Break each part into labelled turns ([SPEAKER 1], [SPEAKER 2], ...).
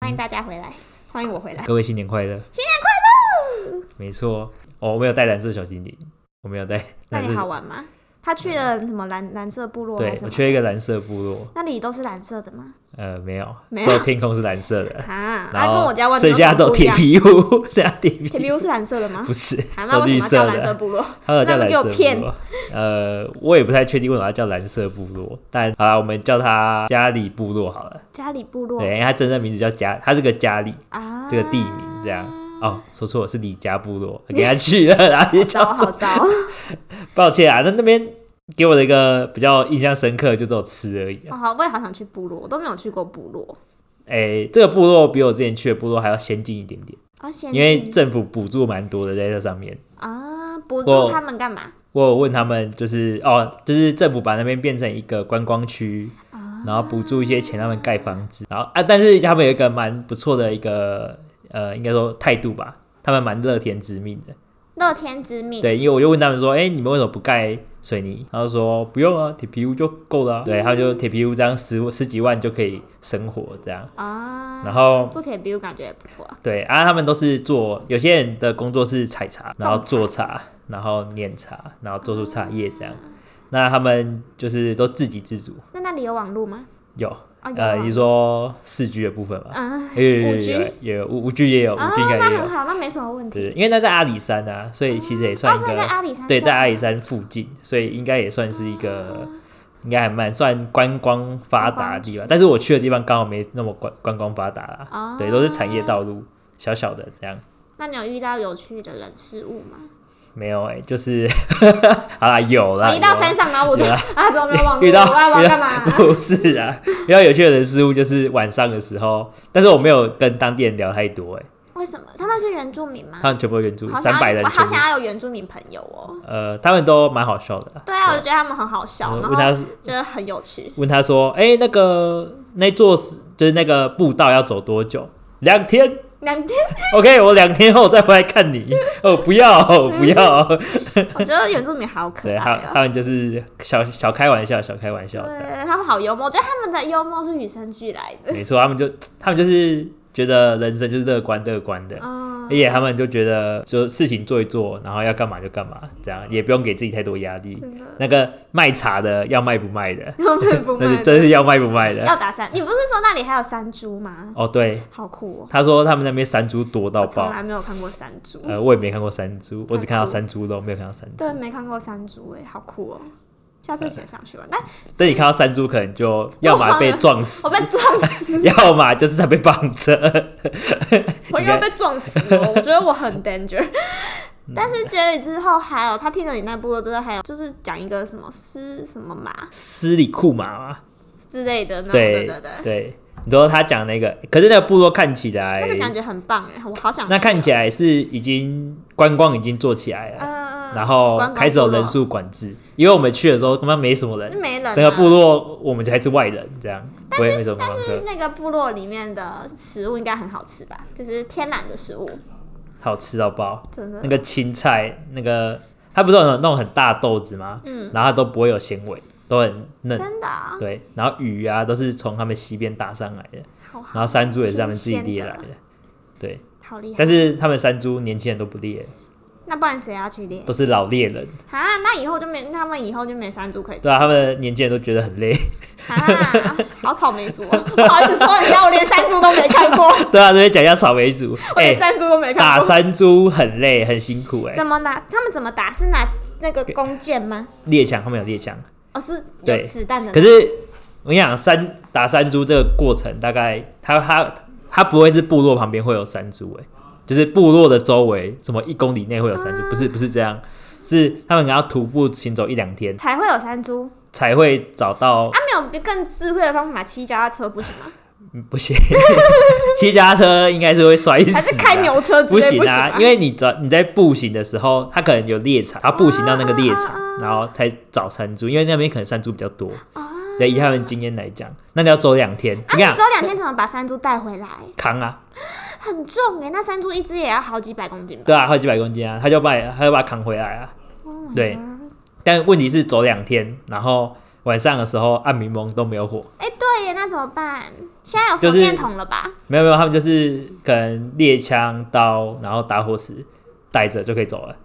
[SPEAKER 1] 欢迎大家回来，欢迎我回来。
[SPEAKER 2] 各位新年快乐！
[SPEAKER 1] 新
[SPEAKER 2] 年快乐！没错，哦我没有带蓝色小精灵，我没有带
[SPEAKER 1] 那
[SPEAKER 2] 蓝色
[SPEAKER 1] 里好
[SPEAKER 2] 小。
[SPEAKER 1] 玩吗？他去了什么蓝蓝色部落还
[SPEAKER 2] 对
[SPEAKER 1] 是，什
[SPEAKER 2] 我
[SPEAKER 1] 么？
[SPEAKER 2] 缺一个蓝色部落，
[SPEAKER 1] 那里都是蓝色的吗？
[SPEAKER 2] 呃，没有，
[SPEAKER 1] 没有
[SPEAKER 2] 只有天空是蓝色的，
[SPEAKER 1] 啊，
[SPEAKER 2] 然
[SPEAKER 1] 那跟我家
[SPEAKER 2] 后
[SPEAKER 1] 外面
[SPEAKER 2] 剩下
[SPEAKER 1] 都不
[SPEAKER 2] 都
[SPEAKER 1] 一
[SPEAKER 2] 铁
[SPEAKER 1] 样。
[SPEAKER 2] 皮屋，剩下铁
[SPEAKER 1] 铁
[SPEAKER 2] 皮
[SPEAKER 1] 皮屋是蓝色的 吗
[SPEAKER 2] 不？是
[SPEAKER 1] 啊，那
[SPEAKER 2] 都
[SPEAKER 1] 为什么
[SPEAKER 2] 绿
[SPEAKER 1] 要叫
[SPEAKER 2] 色
[SPEAKER 1] 蓝色
[SPEAKER 2] 的。
[SPEAKER 1] 部 落？
[SPEAKER 2] 它有叫
[SPEAKER 1] 那
[SPEAKER 2] 蓝
[SPEAKER 1] 你给我
[SPEAKER 2] 色部
[SPEAKER 1] 骗
[SPEAKER 2] 落，呃，我也不太确定为什么要叫蓝色部落，但好啦，我们叫它家里部落好了。
[SPEAKER 1] 家里部落
[SPEAKER 2] 对，因为它真正名字叫家，它是个家里
[SPEAKER 1] 啊，
[SPEAKER 2] 这个地名这样。哦，说错了，是李家部落，给他去
[SPEAKER 1] 哦
[SPEAKER 2] 了，然后就
[SPEAKER 1] 糟
[SPEAKER 2] 叫
[SPEAKER 1] 好
[SPEAKER 2] 做
[SPEAKER 1] 糟，
[SPEAKER 2] 抱歉啊，那那边给我的一个比较印象深刻，就只有吃而已啊。
[SPEAKER 1] 哦好，我也好想去部落，我都没有去过部落。
[SPEAKER 2] 哎、这个部落比我之前去的部落还要先进一点点，
[SPEAKER 1] 啊，先
[SPEAKER 2] 因为
[SPEAKER 1] 进
[SPEAKER 2] 政府补助蛮多的在这上面。
[SPEAKER 1] 啊，补
[SPEAKER 2] 我
[SPEAKER 1] 助他们干嘛？
[SPEAKER 2] 我有问他们，就是哦，就是政府把那边变成一个观光区，
[SPEAKER 1] 啊
[SPEAKER 2] 然后补助一些钱让他们盖房子，然后啊，但是他们有一个蛮不错的一个呃，应该说态度吧，他们蛮乐天知命的。
[SPEAKER 1] 乐天之命，
[SPEAKER 2] 对，因为我就问他们说，哎、你们为什么不盖水泥？然后说不用啊，铁皮屋就够了啊、对，他们就铁皮屋这样十十几万就可以生活这样。
[SPEAKER 1] 啊，
[SPEAKER 2] 然后
[SPEAKER 1] 做铁皮屋感觉也不错啊。
[SPEAKER 2] 对啊，他们都是做，有些人的工作是采茶，然后做
[SPEAKER 1] 种
[SPEAKER 2] 茶，然后碾茶，然后做出茶叶这样。那他们就是都自给自足，
[SPEAKER 1] 那那里有网路吗？
[SPEAKER 2] 有
[SPEAKER 1] 啊，有
[SPEAKER 2] 呃，
[SPEAKER 1] 网
[SPEAKER 2] 你说四 G 的部分嘛？
[SPEAKER 1] 嗯，
[SPEAKER 2] 有有有
[SPEAKER 1] 五 G
[SPEAKER 2] 有有有五五 G 也有，五
[SPEAKER 1] 啊，
[SPEAKER 2] G 应该
[SPEAKER 1] 那
[SPEAKER 2] 也
[SPEAKER 1] 很
[SPEAKER 2] 有，
[SPEAKER 1] 好，那没什么问题。
[SPEAKER 2] 对，因为那在阿里山啊，所以其实也算
[SPEAKER 1] 哦，
[SPEAKER 2] 一
[SPEAKER 1] 是在
[SPEAKER 2] 个
[SPEAKER 1] 阿里山，
[SPEAKER 2] 对，在阿里。山附近，所以应该也算是一个。应该还蛮算观光发达的地方，但是我去的地方刚好没那么观观光发达啦，
[SPEAKER 1] 哦
[SPEAKER 2] 对，都是产业道路，小小的这样。
[SPEAKER 1] 那你有遇到有趣的人事物吗？
[SPEAKER 2] 没有哎、就是 好啦，有啦，
[SPEAKER 1] 我一到
[SPEAKER 2] 有啦
[SPEAKER 1] 山上，然后我就
[SPEAKER 2] 有啊
[SPEAKER 1] 啊，怎么没有网路？
[SPEAKER 2] 遇到
[SPEAKER 1] 我要我 要
[SPEAKER 2] 遇到
[SPEAKER 1] 干嘛？
[SPEAKER 2] 不是啊，比较有趣的人事物就是晚上的时候，但是我没有跟当地人聊太多哎、
[SPEAKER 1] 为什么他们是原住民吗？
[SPEAKER 2] 他们全部原住
[SPEAKER 1] 嗯好想
[SPEAKER 2] 三
[SPEAKER 1] 要
[SPEAKER 2] 百人
[SPEAKER 1] 我好
[SPEAKER 2] 全部
[SPEAKER 1] 想，要有原住民朋友哦。
[SPEAKER 2] 呃，他们都蛮好笑的啦。
[SPEAKER 1] 对啊，我觉得他们很好笑，
[SPEAKER 2] 我
[SPEAKER 1] 然后
[SPEAKER 2] 问嗯他
[SPEAKER 1] 觉得很有趣。
[SPEAKER 2] 问他说，哎、那个那座就是那个步道要走多久？两天
[SPEAKER 1] 两天，
[SPEAKER 2] ，OK，我两天后再回来看你。 哦，不要，不要，
[SPEAKER 1] 我觉得原住民好可
[SPEAKER 2] 对，他
[SPEAKER 1] 爱
[SPEAKER 2] 他
[SPEAKER 1] 哦。
[SPEAKER 2] 们就是小小开玩笑，小开玩笑的。
[SPEAKER 1] 对，他们好幽默，我觉得他们的幽默是与生俱来的。
[SPEAKER 2] 没错，他们就他们就是觉得人生就是乐观乐观的，
[SPEAKER 1] 嗯
[SPEAKER 2] 而，且他们就觉得就事情做一做，然后要干嘛就干嘛，这样也不用给自己太多压力。
[SPEAKER 1] 真 的，
[SPEAKER 2] 那个卖茶的要卖不卖的，
[SPEAKER 1] 他们不
[SPEAKER 2] 那
[SPEAKER 1] 卖
[SPEAKER 2] 是真是要卖不卖的。
[SPEAKER 1] 要打山。你不是说那里还有山猪吗？
[SPEAKER 2] 哦，对，
[SPEAKER 1] 好酷哦！
[SPEAKER 2] 他说他们那边山猪多到
[SPEAKER 1] 我从
[SPEAKER 2] 爆，
[SPEAKER 1] 来没有看过山猪。
[SPEAKER 2] 呃，我也没看过山猪，我只看到
[SPEAKER 1] 太酷
[SPEAKER 2] 山猪肉，没有看到山猪
[SPEAKER 1] 对，。没看过山猪哎，好酷哦！下次想想去 玩。但
[SPEAKER 2] 这里看到山猪，可能就要么被撞死
[SPEAKER 1] 我，被撞 死，
[SPEAKER 2] 要么就是他被绑车。
[SPEAKER 1] 我应该被撞死哦。我觉得我很 danger。但
[SPEAKER 2] 嗯
[SPEAKER 1] 是 Jerry 之后还有，他听了你那部落之后，还有就是讲一个什么狮什么马
[SPEAKER 2] 斯里库马嘛，
[SPEAKER 1] 之类的那种，哦对
[SPEAKER 2] 对
[SPEAKER 1] 对对，
[SPEAKER 2] 对，你说他讲那个，可是那个部落看起来
[SPEAKER 1] 那就感觉很棒哎，我好想去哦。
[SPEAKER 2] 那看起来是已经观光已经做起来了，
[SPEAKER 1] 嗯，嗯，
[SPEAKER 2] 然后
[SPEAKER 1] 观光
[SPEAKER 2] 开始有
[SPEAKER 1] 部落
[SPEAKER 2] 人数管制，因为我们去的时候他妈没什么人，
[SPEAKER 1] 嗯没人啊
[SPEAKER 2] 整个部落我们才是外人这样，我也没什么观光客，
[SPEAKER 1] 那个部落里面的食物应该很好吃吧？就是天然的食物，
[SPEAKER 2] 好吃到爆。
[SPEAKER 1] 真的
[SPEAKER 2] 那。个青菜，那个它不是有那种很大豆子吗？
[SPEAKER 1] 嗯，
[SPEAKER 2] 然后它都不会有纤维，都很嫩。
[SPEAKER 1] 真的啊、
[SPEAKER 2] 对，然后鱼啊都是从他们西边打上来的，
[SPEAKER 1] 好
[SPEAKER 2] 然
[SPEAKER 1] 好
[SPEAKER 2] 后山猪也是他们自己
[SPEAKER 1] 啊新
[SPEAKER 2] 猎
[SPEAKER 1] 鲜的
[SPEAKER 2] 来的。对，
[SPEAKER 1] 好厉害。
[SPEAKER 2] 但是他们山猪年轻人都不猎，
[SPEAKER 1] 那不然谁要去练
[SPEAKER 2] 都是老猎人。
[SPEAKER 1] 啊？那以后就没，他们以后就没山猪可以吃
[SPEAKER 2] 对啊，他们年轻人都觉得很累。
[SPEAKER 1] 啊！好草莓族、哦，不好意思说人家，我连山猪都没看 过，
[SPEAKER 2] 对啊，这边讲一下草莓族。
[SPEAKER 1] 我
[SPEAKER 2] 哎、
[SPEAKER 1] 连山猪都没看
[SPEAKER 2] 打
[SPEAKER 1] 过。
[SPEAKER 2] 山猪很累，很辛苦哎、
[SPEAKER 1] 怎么打？他们怎么打？是拿那个弓箭吗？
[SPEAKER 2] 猎枪后面有猎枪，
[SPEAKER 1] 哦，是有
[SPEAKER 2] 对
[SPEAKER 1] 子弹的。
[SPEAKER 2] 可是我跟你讲，山打山猪这个过程，大概它它它不会是部落旁边会有山猪哎、就是部落的周围什么一公里内会有山猪，不是不是这样，是他们要徒步行走一两天
[SPEAKER 1] 才会有山猪
[SPEAKER 2] 才会找到
[SPEAKER 1] 啊！没有比更智慧的方法，骑脚踏车不行吗？
[SPEAKER 2] 嗯不行， 骑脚踏车应该是会摔死、啊，
[SPEAKER 1] 还是开牛车之
[SPEAKER 2] 不
[SPEAKER 1] 类
[SPEAKER 2] 行
[SPEAKER 1] 不行
[SPEAKER 2] 啊
[SPEAKER 1] 吗，
[SPEAKER 2] 因为你找你在步行的时候，他可能有猎场，他步行到那个猎场，
[SPEAKER 1] 啊
[SPEAKER 2] 然后才找山猪，因为那边可能山猪比较多。对，以他们经验来讲，那你要走两天，
[SPEAKER 1] 啊，
[SPEAKER 2] 你看
[SPEAKER 1] 你走两天怎么把山猪带回来？
[SPEAKER 2] 扛啊，
[SPEAKER 1] 很重哎、那山猪一只也要好几百公斤吧？
[SPEAKER 2] 对啊，好几百公斤啊，他就把他就把它扛回来啊。
[SPEAKER 1] Oh
[SPEAKER 2] 对，但问题是走两天，然后晚上的时候暗迷蒙都没有火，
[SPEAKER 1] 哎、对耶，耶，那怎么办？现在有
[SPEAKER 2] 就
[SPEAKER 1] 手
[SPEAKER 2] 是
[SPEAKER 1] 电筒了吧？
[SPEAKER 2] 没有没有，他们就是可能猎枪、刀，然后打火石带着就可以走了。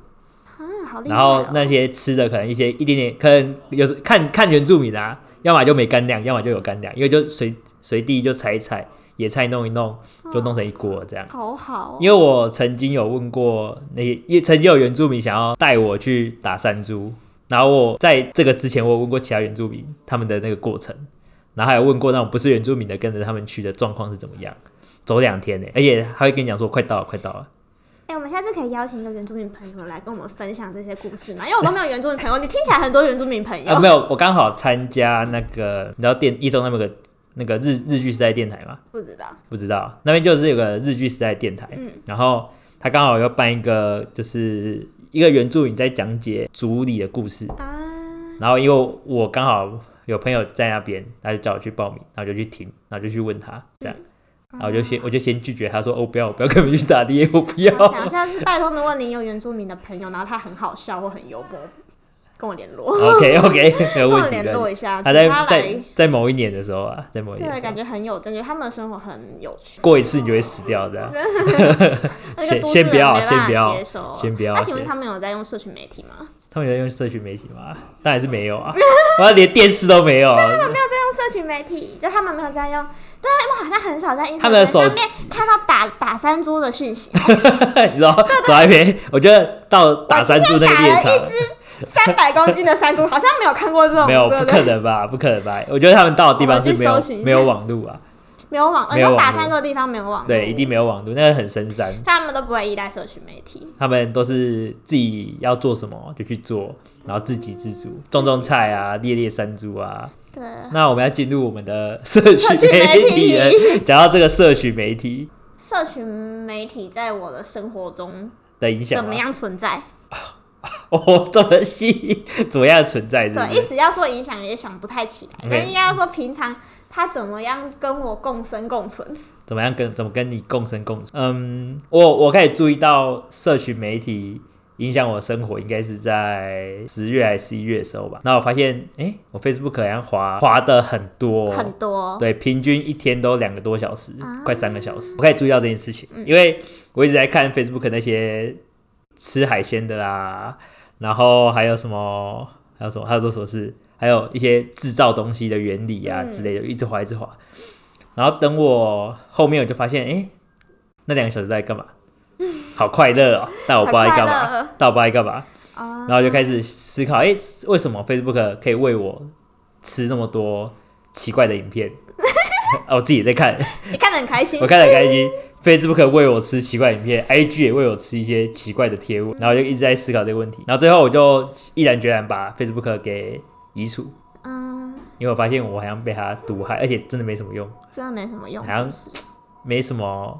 [SPEAKER 1] 啊，好厉害、
[SPEAKER 2] 然后
[SPEAKER 1] 哦！
[SPEAKER 2] 那些吃的可能一些一点点，可能有时看看原住民啦、啊，要么就没干粮，要么就有干粮，因为就随随地就采一采，野菜弄一弄，就弄成一锅这样。
[SPEAKER 1] 好好、哦，
[SPEAKER 2] 因为我曾经有问过那些，也曾经有原住民想要带我去打山猪，然后我在这个之前我有问过其他原住民他们的那个过程，然后还有问过那种不是原住民的跟着他们去的状况是怎么样，走两天欸呢、而且他会跟你讲说快到了，快到了，
[SPEAKER 1] 哎、我们下次可以邀请一个原住民朋友来跟我们分享这些故事嘛？因为我都没有原住民朋友，你听起来很多原住民朋友。
[SPEAKER 2] 啊，没有，我刚好参加那个，你知道电一中那么个那个日日剧时代电台吗？
[SPEAKER 1] 不知 道，
[SPEAKER 2] 不知道，那边就是有个日剧时代电台，
[SPEAKER 1] 嗯
[SPEAKER 2] 然后他刚好要办一个，就是一个原著影在讲解族里的故事，
[SPEAKER 1] 啊，
[SPEAKER 2] 然后因为我刚好有朋友在那边，他就叫我去报名，然后就去听，然后就去问他这样，然后我就
[SPEAKER 1] 嗯
[SPEAKER 2] 先我就先拒绝他说，哦，不要，我不要跟你们 去打猎，我不要，
[SPEAKER 1] 我啊想下次拜托，如果你有原住民的朋友，然后他很好笑或很幽默，跟我联络，
[SPEAKER 2] OK OK，没
[SPEAKER 1] 跟
[SPEAKER 2] 有问
[SPEAKER 1] 我
[SPEAKER 2] 题。
[SPEAKER 1] 联
[SPEAKER 2] 没有
[SPEAKER 1] 络
[SPEAKER 2] 问题
[SPEAKER 1] 一下，
[SPEAKER 2] 他
[SPEAKER 1] 请
[SPEAKER 2] 在
[SPEAKER 1] 他
[SPEAKER 2] 在
[SPEAKER 1] 来。
[SPEAKER 2] 在某一年的时候啊，在某一年
[SPEAKER 1] 对，
[SPEAKER 2] 的时候
[SPEAKER 1] 感觉很有真觉，他们的生活很有趣。
[SPEAKER 2] 过一次你就会死掉这样。
[SPEAKER 1] 那个
[SPEAKER 2] 先
[SPEAKER 1] 都市
[SPEAKER 2] 先
[SPEAKER 1] 人
[SPEAKER 2] 不
[SPEAKER 1] 没
[SPEAKER 2] 要
[SPEAKER 1] 办
[SPEAKER 2] 先
[SPEAKER 1] 法
[SPEAKER 2] 不要
[SPEAKER 1] 接受。
[SPEAKER 2] 先不要
[SPEAKER 1] 那请问
[SPEAKER 2] 先
[SPEAKER 1] 他们有在用社群媒体吗？
[SPEAKER 2] 他们有在用社群媒体吗？当然是没有啊，我要连电视都没有。啊
[SPEAKER 1] 用社群媒体，就他们没有在用。对，我好像很少在 Instagram
[SPEAKER 2] 他们的手
[SPEAKER 1] 上面看到打打山猪的讯息，
[SPEAKER 2] 你知道，走在一边，我觉得到 打山猪那个夜
[SPEAKER 1] 打了一
[SPEAKER 2] 场，
[SPEAKER 1] 只三百公斤的山猪，好像没有看过这种，
[SPEAKER 2] 没有，
[SPEAKER 1] 对
[SPEAKER 2] 不
[SPEAKER 1] 不
[SPEAKER 2] 可
[SPEAKER 1] 对？
[SPEAKER 2] 能吧？不可能吧？我觉得他们到的地方是没
[SPEAKER 1] 我
[SPEAKER 2] 有
[SPEAKER 1] 去搜寻一下
[SPEAKER 2] 没有网路啊，
[SPEAKER 1] 没有网，
[SPEAKER 2] 没有
[SPEAKER 1] 很多打
[SPEAKER 2] 网络
[SPEAKER 1] 山猪的地方没有网络，
[SPEAKER 2] 对，一定没有网路，那个很深山，
[SPEAKER 1] 他们都不会依赖社群媒体。
[SPEAKER 2] 他们都是自己要做什么就去做，然后自给自足，种种菜啊，猎猎山猪啊。
[SPEAKER 1] 对，
[SPEAKER 2] 那我们要进入我们的社
[SPEAKER 1] 群
[SPEAKER 2] 群媒体了
[SPEAKER 1] 媒，
[SPEAKER 2] 讲到这个社群媒体
[SPEAKER 1] 社群媒体在我的生活中
[SPEAKER 2] 的影
[SPEAKER 1] 怎
[SPEAKER 2] 响吗啊
[SPEAKER 1] 么？样存在？
[SPEAKER 2] 哦，这么细，怎么样存在是不
[SPEAKER 1] 对，
[SPEAKER 2] 是
[SPEAKER 1] 一？时要说影响也想不太起来，
[SPEAKER 2] 嗯 OK
[SPEAKER 1] 但应该要说平常他怎么样跟我共生共存。
[SPEAKER 2] 怎么样跟怎么跟你共生共处？嗯，我我开始注意到社群媒体影响我的生活，应该是在十月还是十一月的时候吧。那我发现，哎、我 Facebook 好像滑滑的很多，哦
[SPEAKER 1] 很多，
[SPEAKER 2] 对，平均一天都两个多小时，
[SPEAKER 1] 哦啊嗯
[SPEAKER 2] 快三个小时。我开始注意到这件事情，因为我一直在看 Facebook 那些吃海鲜的啦，然后还有什么，还有什么，还有做什么事，还有一些制造东西的原理啊
[SPEAKER 1] 嗯
[SPEAKER 2] 之类的，一直滑一直滑。然后等我后面我就发现，哎、那两个小时在 干嘛？好快乐哦！但我不知道在干
[SPEAKER 1] 好快
[SPEAKER 2] 嘛
[SPEAKER 1] 乐，
[SPEAKER 2] 但我不知道在干嘛。
[SPEAKER 1] 啊
[SPEAKER 2] 然后就开始思考，哎、为什么 Facebook 可以为我吃那么多奇怪的影片？ 啊，我自己也 在看，
[SPEAKER 1] 你看得很开心
[SPEAKER 2] 我。看得很开心。Facebook 喂我吃奇怪影片，IG 也喂我吃一些奇怪的贴文，然后就一直在思考这个问题。然后最后我就毅然决然把 Facebook 给移除，
[SPEAKER 1] 嗯，
[SPEAKER 2] 因为我发现我好像被它毒害，而且真的没什么用，
[SPEAKER 1] 真的没什么用，
[SPEAKER 2] 好
[SPEAKER 1] 是不
[SPEAKER 2] 像
[SPEAKER 1] 是？
[SPEAKER 2] 没什么，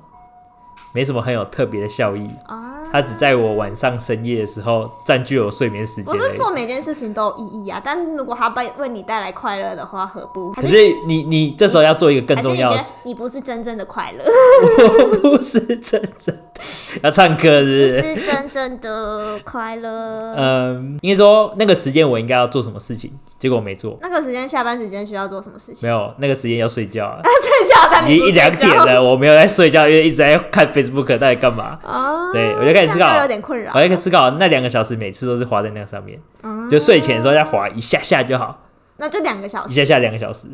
[SPEAKER 2] 没什么很有特别的效益。
[SPEAKER 1] 啊，
[SPEAKER 2] 它只在我晚上深夜的时候占据我睡眠时间
[SPEAKER 1] 不
[SPEAKER 2] 而已。
[SPEAKER 1] 是做每件事情都有意义啊，但如果它为为你带来快乐的话，何不？还
[SPEAKER 2] 可是你你这时候要做一个更
[SPEAKER 1] 啊还是
[SPEAKER 2] 重
[SPEAKER 1] 你
[SPEAKER 2] 要
[SPEAKER 1] 觉
[SPEAKER 2] 的
[SPEAKER 1] 得
[SPEAKER 2] 事，
[SPEAKER 1] 你不是真正的快乐，
[SPEAKER 2] 我 不是真正的要唱歌，
[SPEAKER 1] 不
[SPEAKER 2] 是不
[SPEAKER 1] 是
[SPEAKER 2] 是？
[SPEAKER 1] 真正的快 乐。
[SPEAKER 2] 嗯，应该说那个时间我应该要做什么事情，结果我没做，
[SPEAKER 1] 那个时间下班时间需要做什么事情？
[SPEAKER 2] 没有那个时间要睡觉 啊，
[SPEAKER 1] 睡觉，但
[SPEAKER 2] 已
[SPEAKER 1] 你
[SPEAKER 2] 经
[SPEAKER 1] 不
[SPEAKER 2] 一两
[SPEAKER 1] 睡觉
[SPEAKER 2] 点了，我没有在睡觉，因为一直在看 Facebook 到底干嘛。
[SPEAKER 1] 哦，
[SPEAKER 2] 对我就开始思
[SPEAKER 1] 这
[SPEAKER 2] 考
[SPEAKER 1] 样就有点困扰
[SPEAKER 2] 我。在思考那两个小时每次都是滑在那个上面，
[SPEAKER 1] 嗯
[SPEAKER 2] 就睡前的时候再滑一下下就好，
[SPEAKER 1] 那就两个小
[SPEAKER 2] 一
[SPEAKER 1] 时，
[SPEAKER 2] 下下两个小时，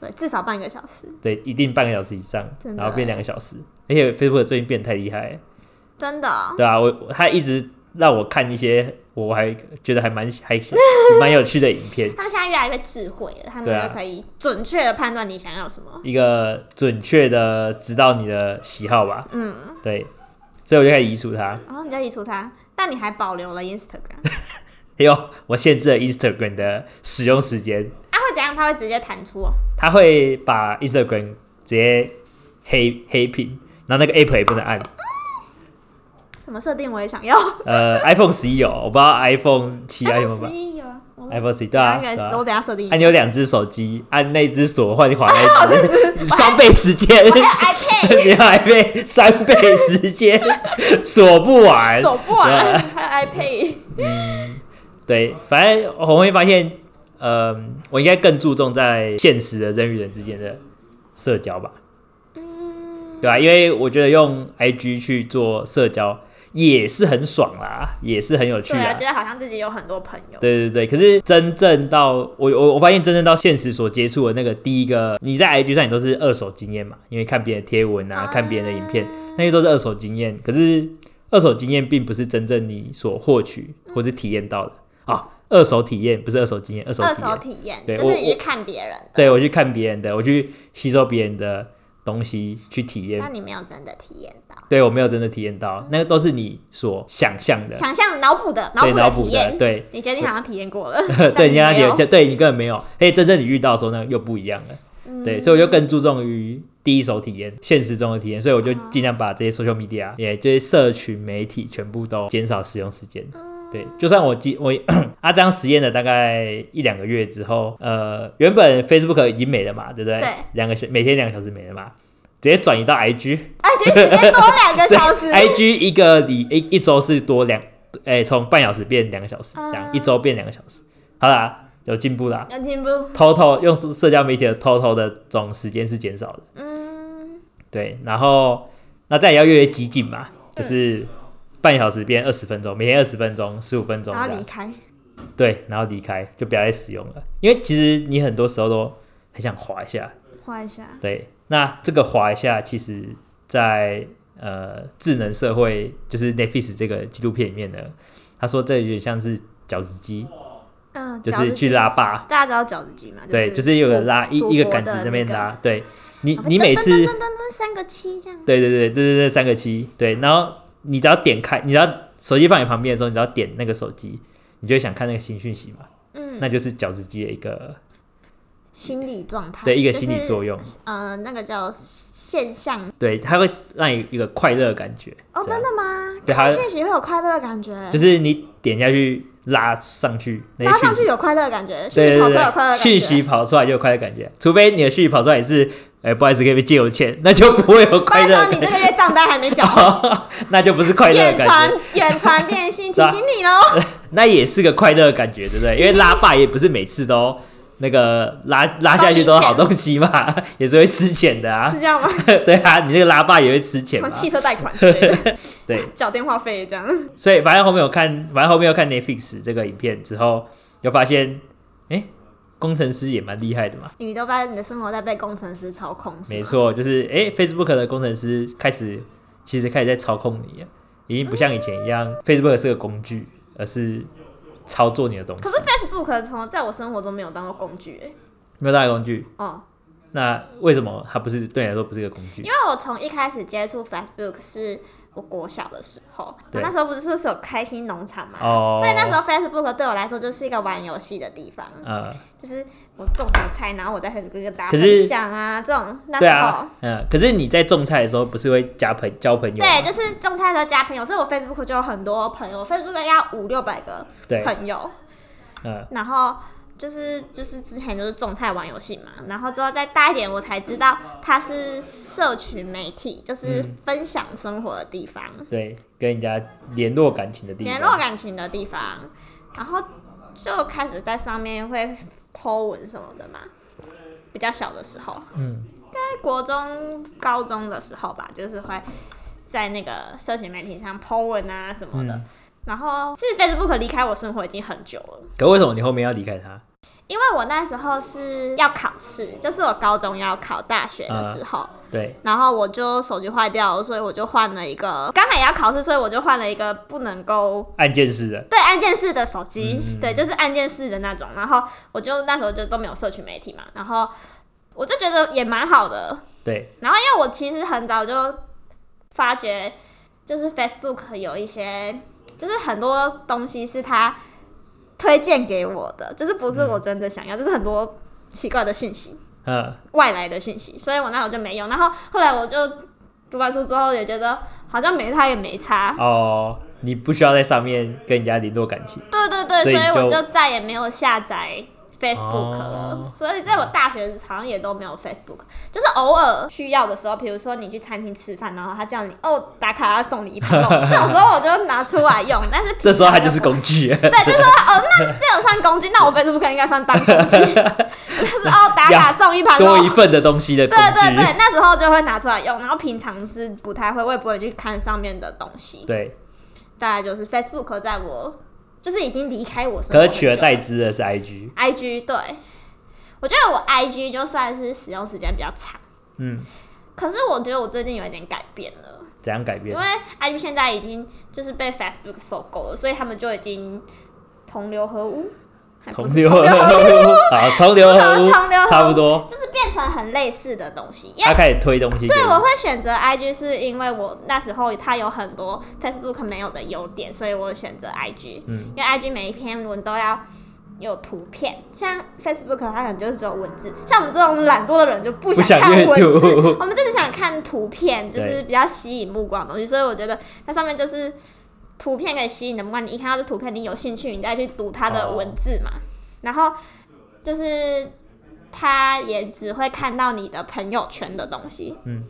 [SPEAKER 1] 对，至少半个小时，
[SPEAKER 2] 对，一定半个小时以上，
[SPEAKER 1] 真的
[SPEAKER 2] 然后变两个小时。而且 Facebook 最近变得太厉害了，
[SPEAKER 1] 真的哦。
[SPEAKER 2] 对啊，我我他一直让我看一些我还觉得还蛮还蛮有趣的影片，
[SPEAKER 1] 他们现在越来越智慧了，他们
[SPEAKER 2] 对啊
[SPEAKER 1] 就可以准确的判断你想要什么。
[SPEAKER 2] 一个准确的知道你的喜好吧。
[SPEAKER 1] 嗯，
[SPEAKER 2] 对，所以我就开始移除它。
[SPEAKER 1] 然后哦你就移除它，但你还保留了 Instagram。
[SPEAKER 2] 还有哎我限制了 Instagram 的使用时间，
[SPEAKER 1] 啊，会怎样？它会直接弹出哦。
[SPEAKER 2] 它会把 Instagram 直接黑黑屏，然后那个 app 也不能按。
[SPEAKER 1] 什么设定我也想要。
[SPEAKER 2] 呃，iPhone 十一有，我不知道 iPhone 七、iPhone
[SPEAKER 1] 十
[SPEAKER 2] 吧
[SPEAKER 1] 一有，哎我
[SPEAKER 2] ，iPhone 十一对啊，
[SPEAKER 1] 应
[SPEAKER 2] 对
[SPEAKER 1] 该
[SPEAKER 2] 啊
[SPEAKER 1] 我。等一下设定一下。
[SPEAKER 2] 按你有两只手机，按那只手换滑 哦那只，哦双倍时 间。
[SPEAKER 1] 还有 iPad
[SPEAKER 2] 你还被三倍时间锁不完，
[SPEAKER 1] 手不
[SPEAKER 2] 啊
[SPEAKER 1] 完， 还有 iPad。
[SPEAKER 2] 对，呃反正我会发现，嗯、我应该更注重在现实的人与人之间的社交吧，
[SPEAKER 1] 嗯
[SPEAKER 2] 对啊吧、因为我觉得用 IG 去做社交也是很爽啦，也是很有趣
[SPEAKER 1] 对啊，觉得好像自己有很多朋友。
[SPEAKER 2] 对对对，可是真正到我我我发现真正到现实所接触的那个第一个，你在 IG 上你都是二手经验嘛，因为看别人的贴文啊，看别人的影片，那些都是二手经验。可是二手经验并不是真正你所获取或是体验到的啊，二手体验不是二手经验，二手
[SPEAKER 1] 二
[SPEAKER 2] 体
[SPEAKER 1] 手
[SPEAKER 2] 验。
[SPEAKER 1] 体验
[SPEAKER 2] 对
[SPEAKER 1] 就
[SPEAKER 2] 我
[SPEAKER 1] 是你
[SPEAKER 2] 我
[SPEAKER 1] 去看别人的，
[SPEAKER 2] 对我去看别人的，我去吸收别人的东西去体验
[SPEAKER 1] 但，你没有真的体验到，
[SPEAKER 2] 对我没有真的体验到，那个都是你所想象的，
[SPEAKER 1] 想象脑补的，
[SPEAKER 2] 啊对脑
[SPEAKER 1] 脑补
[SPEAKER 2] 补
[SPEAKER 1] 的体
[SPEAKER 2] 的，
[SPEAKER 1] 验。
[SPEAKER 2] 对。，
[SPEAKER 1] 你觉得你好像体验过了但
[SPEAKER 2] 对，你
[SPEAKER 1] 没
[SPEAKER 2] 让他
[SPEAKER 1] 有
[SPEAKER 2] 有，对你根本没有。哎，真正你遇到的时候呢，又不一样了。
[SPEAKER 1] 嗯
[SPEAKER 2] 对，所以我就更注重于第一手体验，现实中的体验，所以我就
[SPEAKER 1] 啊
[SPEAKER 2] 尽量把这些 social media，也就是社群媒体，全部都减少使用时间。
[SPEAKER 1] 啊
[SPEAKER 2] 对，就算我记我 阿张实验了大概一两个月之后，呃，原本 Facebook 已经没了嘛，对不对？
[SPEAKER 1] 对
[SPEAKER 2] 两个小每天两个小时没了嘛，直接转移到 IG，
[SPEAKER 1] 哎，就直接多两 个小时，
[SPEAKER 2] IG 一个礼一一周是多两，哎、从半小时变两个小时，这样、
[SPEAKER 1] 嗯
[SPEAKER 2] 一周变两个小时，好啦，有进步啦。
[SPEAKER 1] 有进步。
[SPEAKER 2] 偷偷用社社交媒体的偷偷的总时间是减少的，
[SPEAKER 1] 嗯，
[SPEAKER 2] 对。然后那再也要越来越激进嘛，就是半小时变二十分钟，每天二十分钟、十五分钟
[SPEAKER 1] 然后
[SPEAKER 2] 这
[SPEAKER 1] 离
[SPEAKER 2] 样，
[SPEAKER 1] 开，
[SPEAKER 2] 对，然后离开就不要再使用了，因为其实你很多时候都很想滑一下，
[SPEAKER 1] 画一下，
[SPEAKER 2] 对，那这个滑一下，其实在呃智能社会，就是 Netflix 这个纪录片里面呢，他说这有点像是饺子机，
[SPEAKER 1] 嗯，
[SPEAKER 2] 就是去拉霸，
[SPEAKER 1] 大家知道饺子机嘛？
[SPEAKER 2] 对，
[SPEAKER 1] 就
[SPEAKER 2] 就是有个拉一
[SPEAKER 1] 赌
[SPEAKER 2] 一个
[SPEAKER 1] 博
[SPEAKER 2] 杆子
[SPEAKER 1] 的
[SPEAKER 2] 这边
[SPEAKER 1] 那个
[SPEAKER 2] 拉，对你
[SPEAKER 1] 啊
[SPEAKER 2] 你
[SPEAKER 1] 噔
[SPEAKER 2] 每
[SPEAKER 1] 噔
[SPEAKER 2] 次
[SPEAKER 1] 噔噔噔噔三个七这样，
[SPEAKER 2] 对对对对对对三个七，对，然后你只要点开，你只要手机放你旁边的时候，你只要点那个手机，你就会想看那个新讯息嘛，
[SPEAKER 1] 嗯，
[SPEAKER 2] 那就是饺子机的一个
[SPEAKER 1] 心理状态，
[SPEAKER 2] 对一个
[SPEAKER 1] 就
[SPEAKER 2] 心理
[SPEAKER 1] 是
[SPEAKER 2] 作用，
[SPEAKER 1] 呃，那个叫现象
[SPEAKER 2] 对，它会让你一个快乐的感觉
[SPEAKER 1] 哦，
[SPEAKER 2] 这样
[SPEAKER 1] 真的吗？
[SPEAKER 2] 对
[SPEAKER 1] 看
[SPEAKER 2] 它
[SPEAKER 1] 讯息会有快乐的感觉
[SPEAKER 2] 就，是你点下去拉上去那
[SPEAKER 1] 嗯拉
[SPEAKER 2] 些
[SPEAKER 1] 上
[SPEAKER 2] 讯息
[SPEAKER 1] 去。有快乐的感觉，讯
[SPEAKER 2] 对
[SPEAKER 1] 息
[SPEAKER 2] 对
[SPEAKER 1] 跑出
[SPEAKER 2] 对
[SPEAKER 1] 来有快乐的感觉，
[SPEAKER 2] 讯息跑出来就有快乐感觉，除非你的讯息跑出来是，哎、不好意思，可以借我钱，那就不会有
[SPEAKER 1] 不
[SPEAKER 2] 快
[SPEAKER 1] 然
[SPEAKER 2] 乐
[SPEAKER 1] 说
[SPEAKER 2] 的
[SPEAKER 1] 你
[SPEAKER 2] 感
[SPEAKER 1] 这
[SPEAKER 2] 觉，
[SPEAKER 1] 个月账单还没缴，
[SPEAKER 2] 那就不是快乐的
[SPEAKER 1] 远
[SPEAKER 2] 感
[SPEAKER 1] 传
[SPEAKER 2] 觉，
[SPEAKER 1] 远传电信提
[SPEAKER 2] 对啊
[SPEAKER 1] 醒你喽，
[SPEAKER 2] 那也是个快乐的感觉，对不对？因为拉霸也不是每次都 那个拉拉下去都是好东西嘛， 也是会吃钱的啊
[SPEAKER 1] 是，这样吗？
[SPEAKER 2] 对啊，你这个拉霸也会吃钱
[SPEAKER 1] 什么
[SPEAKER 2] 嘛，
[SPEAKER 1] 汽车贷款之类的，
[SPEAKER 2] 对，
[SPEAKER 1] 缴电话费这样，
[SPEAKER 2] 所以反正后面有看，反正后面有看 Netflix 这个影片之后，就发现，哎、工程师也蛮厉害的嘛。
[SPEAKER 1] 你都发现你的生活在被工程师操控，是吗啊
[SPEAKER 2] 没，错，就是诶 f a c e b o o k 的工程师开始其实开始在操控你了，已经不像以前一样、f a c e b o o k 是个工具，而是操作你的东西
[SPEAKER 1] 可，是 Facebook 从在我生活中没有当过工具、欸，
[SPEAKER 2] 没有大的工具。
[SPEAKER 1] 哦，
[SPEAKER 2] 那为什么它不是对你来说不是一个工具
[SPEAKER 1] 因？为我从一开始接触 Facebook 是我国小的时候，
[SPEAKER 2] 对
[SPEAKER 1] 那那时候不是是有开心农场嘛，
[SPEAKER 2] 哦，
[SPEAKER 1] 所以那时候 Facebook 对我来说就是一个玩游戏的地方，
[SPEAKER 2] 呃，
[SPEAKER 1] 就是我种什么菜，然后我在 Facebook 跟大家
[SPEAKER 2] 可是
[SPEAKER 1] 分享啊，这种那
[SPEAKER 2] 对
[SPEAKER 1] 时候
[SPEAKER 2] 啊。，嗯，可是你在种菜的时候不是会加朋交朋友吗？
[SPEAKER 1] 对，就是种菜的时候加朋友，所以我 Facebook 就有很多朋友我，Facebook 要五六百个
[SPEAKER 2] 对，
[SPEAKER 1] 朋友，
[SPEAKER 2] 嗯，
[SPEAKER 1] 然后就是就是之前就是种菜玩游戏嘛，然后之后再大一点，我才知道它是社群媒体，就是
[SPEAKER 2] 嗯
[SPEAKER 1] 分享生活的地方，
[SPEAKER 2] 对，跟人家联络感情的地
[SPEAKER 1] 联、络
[SPEAKER 2] 方，
[SPEAKER 1] 感情的地方，然后就开始在上面会 Po 文什么的嘛。比较小的时候，
[SPEAKER 2] 嗯，
[SPEAKER 1] 在国中、高中的时候吧，就是会在那个社群媒体上 Po 文啊什么的。
[SPEAKER 2] 嗯
[SPEAKER 1] 然后是 Facebook 离开我生活已经很久了，
[SPEAKER 2] 可为什么你后面要离开他？
[SPEAKER 1] 因为我那时候是要考试，就是我高中要考大学的时
[SPEAKER 2] 啊
[SPEAKER 1] 候，
[SPEAKER 2] 对，
[SPEAKER 1] 然后我就手机坏掉了，所以我就换了一个，刚好也要考试，所以我就换了一个不能够
[SPEAKER 2] 按键式的，
[SPEAKER 1] 对按键式的手机，
[SPEAKER 2] 嗯
[SPEAKER 1] 对，就是按键式的那种。然后我就那时候就都没有社群媒体嘛，然后我就觉得也蛮好的。
[SPEAKER 2] 对，
[SPEAKER 1] 然后因为我其实很早就发觉，就是 Facebook 有一些，就是很多东西是他推荐给我的，就是不是我真的想要，就是很多奇怪的讯息，
[SPEAKER 2] 嗯，
[SPEAKER 1] 外来的讯息，所以我那时候就没用。然后后来我就读完书之后也觉得好像没他也没差，
[SPEAKER 2] 哦，你不需要在上面跟人家联络感情。
[SPEAKER 1] 对对对，所
[SPEAKER 2] 所以
[SPEAKER 1] 以
[SPEAKER 2] 就
[SPEAKER 1] 我就再也没有下载 Facebook 了。
[SPEAKER 2] 哦
[SPEAKER 1] 所以在我大学好像也都没有 Facebook，就是偶尔需要的时候，比如说你去餐厅吃饭，然后他叫你哦打卡，要送你一 盘肉，这种时候我就拿出来用。但是
[SPEAKER 2] 这时候它
[SPEAKER 1] 他
[SPEAKER 2] 就是工 具了。
[SPEAKER 1] 对，就是哦，那这种算工具，那我 Facebook 应该算当工具。就是哦，打打
[SPEAKER 2] 要
[SPEAKER 1] 卡送一盘肉
[SPEAKER 2] 多一份的东西的工
[SPEAKER 1] 对对
[SPEAKER 2] 具。
[SPEAKER 1] 对，那时候就会拿出来用，然后平常是不太会，我也不会去看上面的东西。
[SPEAKER 2] 对
[SPEAKER 1] 大概就是 Facebook 在我就是已经离开我生活
[SPEAKER 2] 可
[SPEAKER 1] 很
[SPEAKER 2] 是
[SPEAKER 1] 久，
[SPEAKER 2] 取而代之的是 IG。
[SPEAKER 1] IG 对，我觉得我 IG 就算是使用时间比较长，
[SPEAKER 2] 嗯，
[SPEAKER 1] 可是我觉得我最近有一点改变了。
[SPEAKER 2] 怎样改变
[SPEAKER 1] 因为？IG 现在已经就是被 Facebook 收购了，所以他们就已经同流合污，还不
[SPEAKER 2] 同
[SPEAKER 1] 是
[SPEAKER 2] 流合污，好， 同流合污
[SPEAKER 1] 同流合污，
[SPEAKER 2] 差不多。
[SPEAKER 1] 就是变成很类似的东西。因
[SPEAKER 2] 他
[SPEAKER 1] 为
[SPEAKER 2] 开始推东西给
[SPEAKER 1] 对
[SPEAKER 2] 你，
[SPEAKER 1] 我会选择 IG，是因为我那时候它有很多 Facebook 没有的优点，所以我选择 IG。
[SPEAKER 2] 嗯，
[SPEAKER 1] 因为 IG 每一篇文都要有图片，像 Facebook 它可能就是只有文字，像我们这种懒惰的人就不
[SPEAKER 2] 不想
[SPEAKER 1] 看
[SPEAKER 2] 阅
[SPEAKER 1] 文字，
[SPEAKER 2] 读。
[SPEAKER 1] 我们真的想看图片，就
[SPEAKER 2] 对
[SPEAKER 1] 是比较吸引目光的东西，所以我觉得它上面就是图片可以吸引你的目光。你一看到这图片，你有兴趣，你再去读它的
[SPEAKER 2] 哦
[SPEAKER 1] 文字嘛。然后就是他也只会看到你的朋友圈的东西，
[SPEAKER 2] 嗯，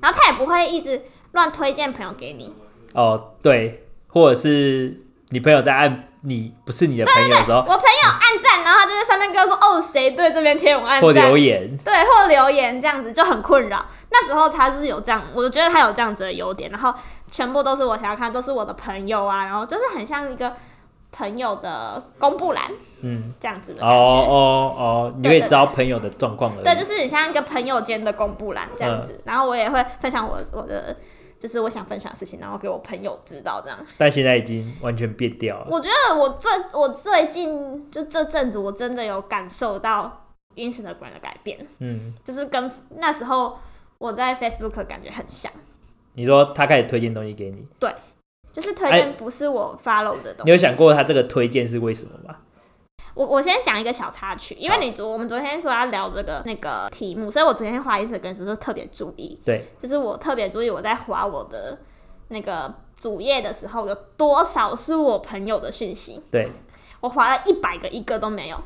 [SPEAKER 1] 然后他也不会一直乱推荐朋友给你，
[SPEAKER 2] 哦，对，或者是你朋友在按你不是你的朋友的时
[SPEAKER 1] 我
[SPEAKER 2] 候，
[SPEAKER 1] 朋友按赞，然后他就在上面跟我说：“哦，谁对这边贴文按
[SPEAKER 2] 或留
[SPEAKER 1] 赞？”
[SPEAKER 2] 言，
[SPEAKER 1] 对，或留言这样子就很困扰。那时候他是有这样，我觉得他有这样子的优点，然后全部都是我想要看，都是我的朋友啊，然后就是很像一个朋友的公布栏
[SPEAKER 2] 嗯，
[SPEAKER 1] 这样子的
[SPEAKER 2] 哦
[SPEAKER 1] 感觉。
[SPEAKER 2] 哦哦，你就可以知道朋友的状况而
[SPEAKER 1] 对，
[SPEAKER 2] 已
[SPEAKER 1] 就。是很像一个朋友间的公布栏这样子。
[SPEAKER 2] 嗯
[SPEAKER 1] 然后我也会分享我我的，就是我想分享的事情，然后给我朋友知道这样。
[SPEAKER 2] 但现在已经完全变掉了。
[SPEAKER 1] 我觉得我最我最近就这阵子，我真的有感受到 Instagram 的改变。
[SPEAKER 2] 嗯，
[SPEAKER 1] 就是跟那时候我在 Facebook 感觉很像，
[SPEAKER 2] 你说他开始推荐东西给你，
[SPEAKER 1] 就是推
[SPEAKER 2] 哎
[SPEAKER 1] 荐不是我 follow 的东
[SPEAKER 2] 你
[SPEAKER 1] 西。
[SPEAKER 2] 有想过他这个推荐是为什么吗？
[SPEAKER 1] 我我先讲一个小插曲，因为
[SPEAKER 2] 好
[SPEAKER 1] 你昨我们昨天说要聊这个那个题目，所以我昨天滑 Instagram 的时候特别注意，
[SPEAKER 2] 对，
[SPEAKER 1] 就是我特别注意我在滑我的那个主页的时候有多少是我朋友的讯息。
[SPEAKER 2] 对，
[SPEAKER 1] 我滑了一百个，一个都没有。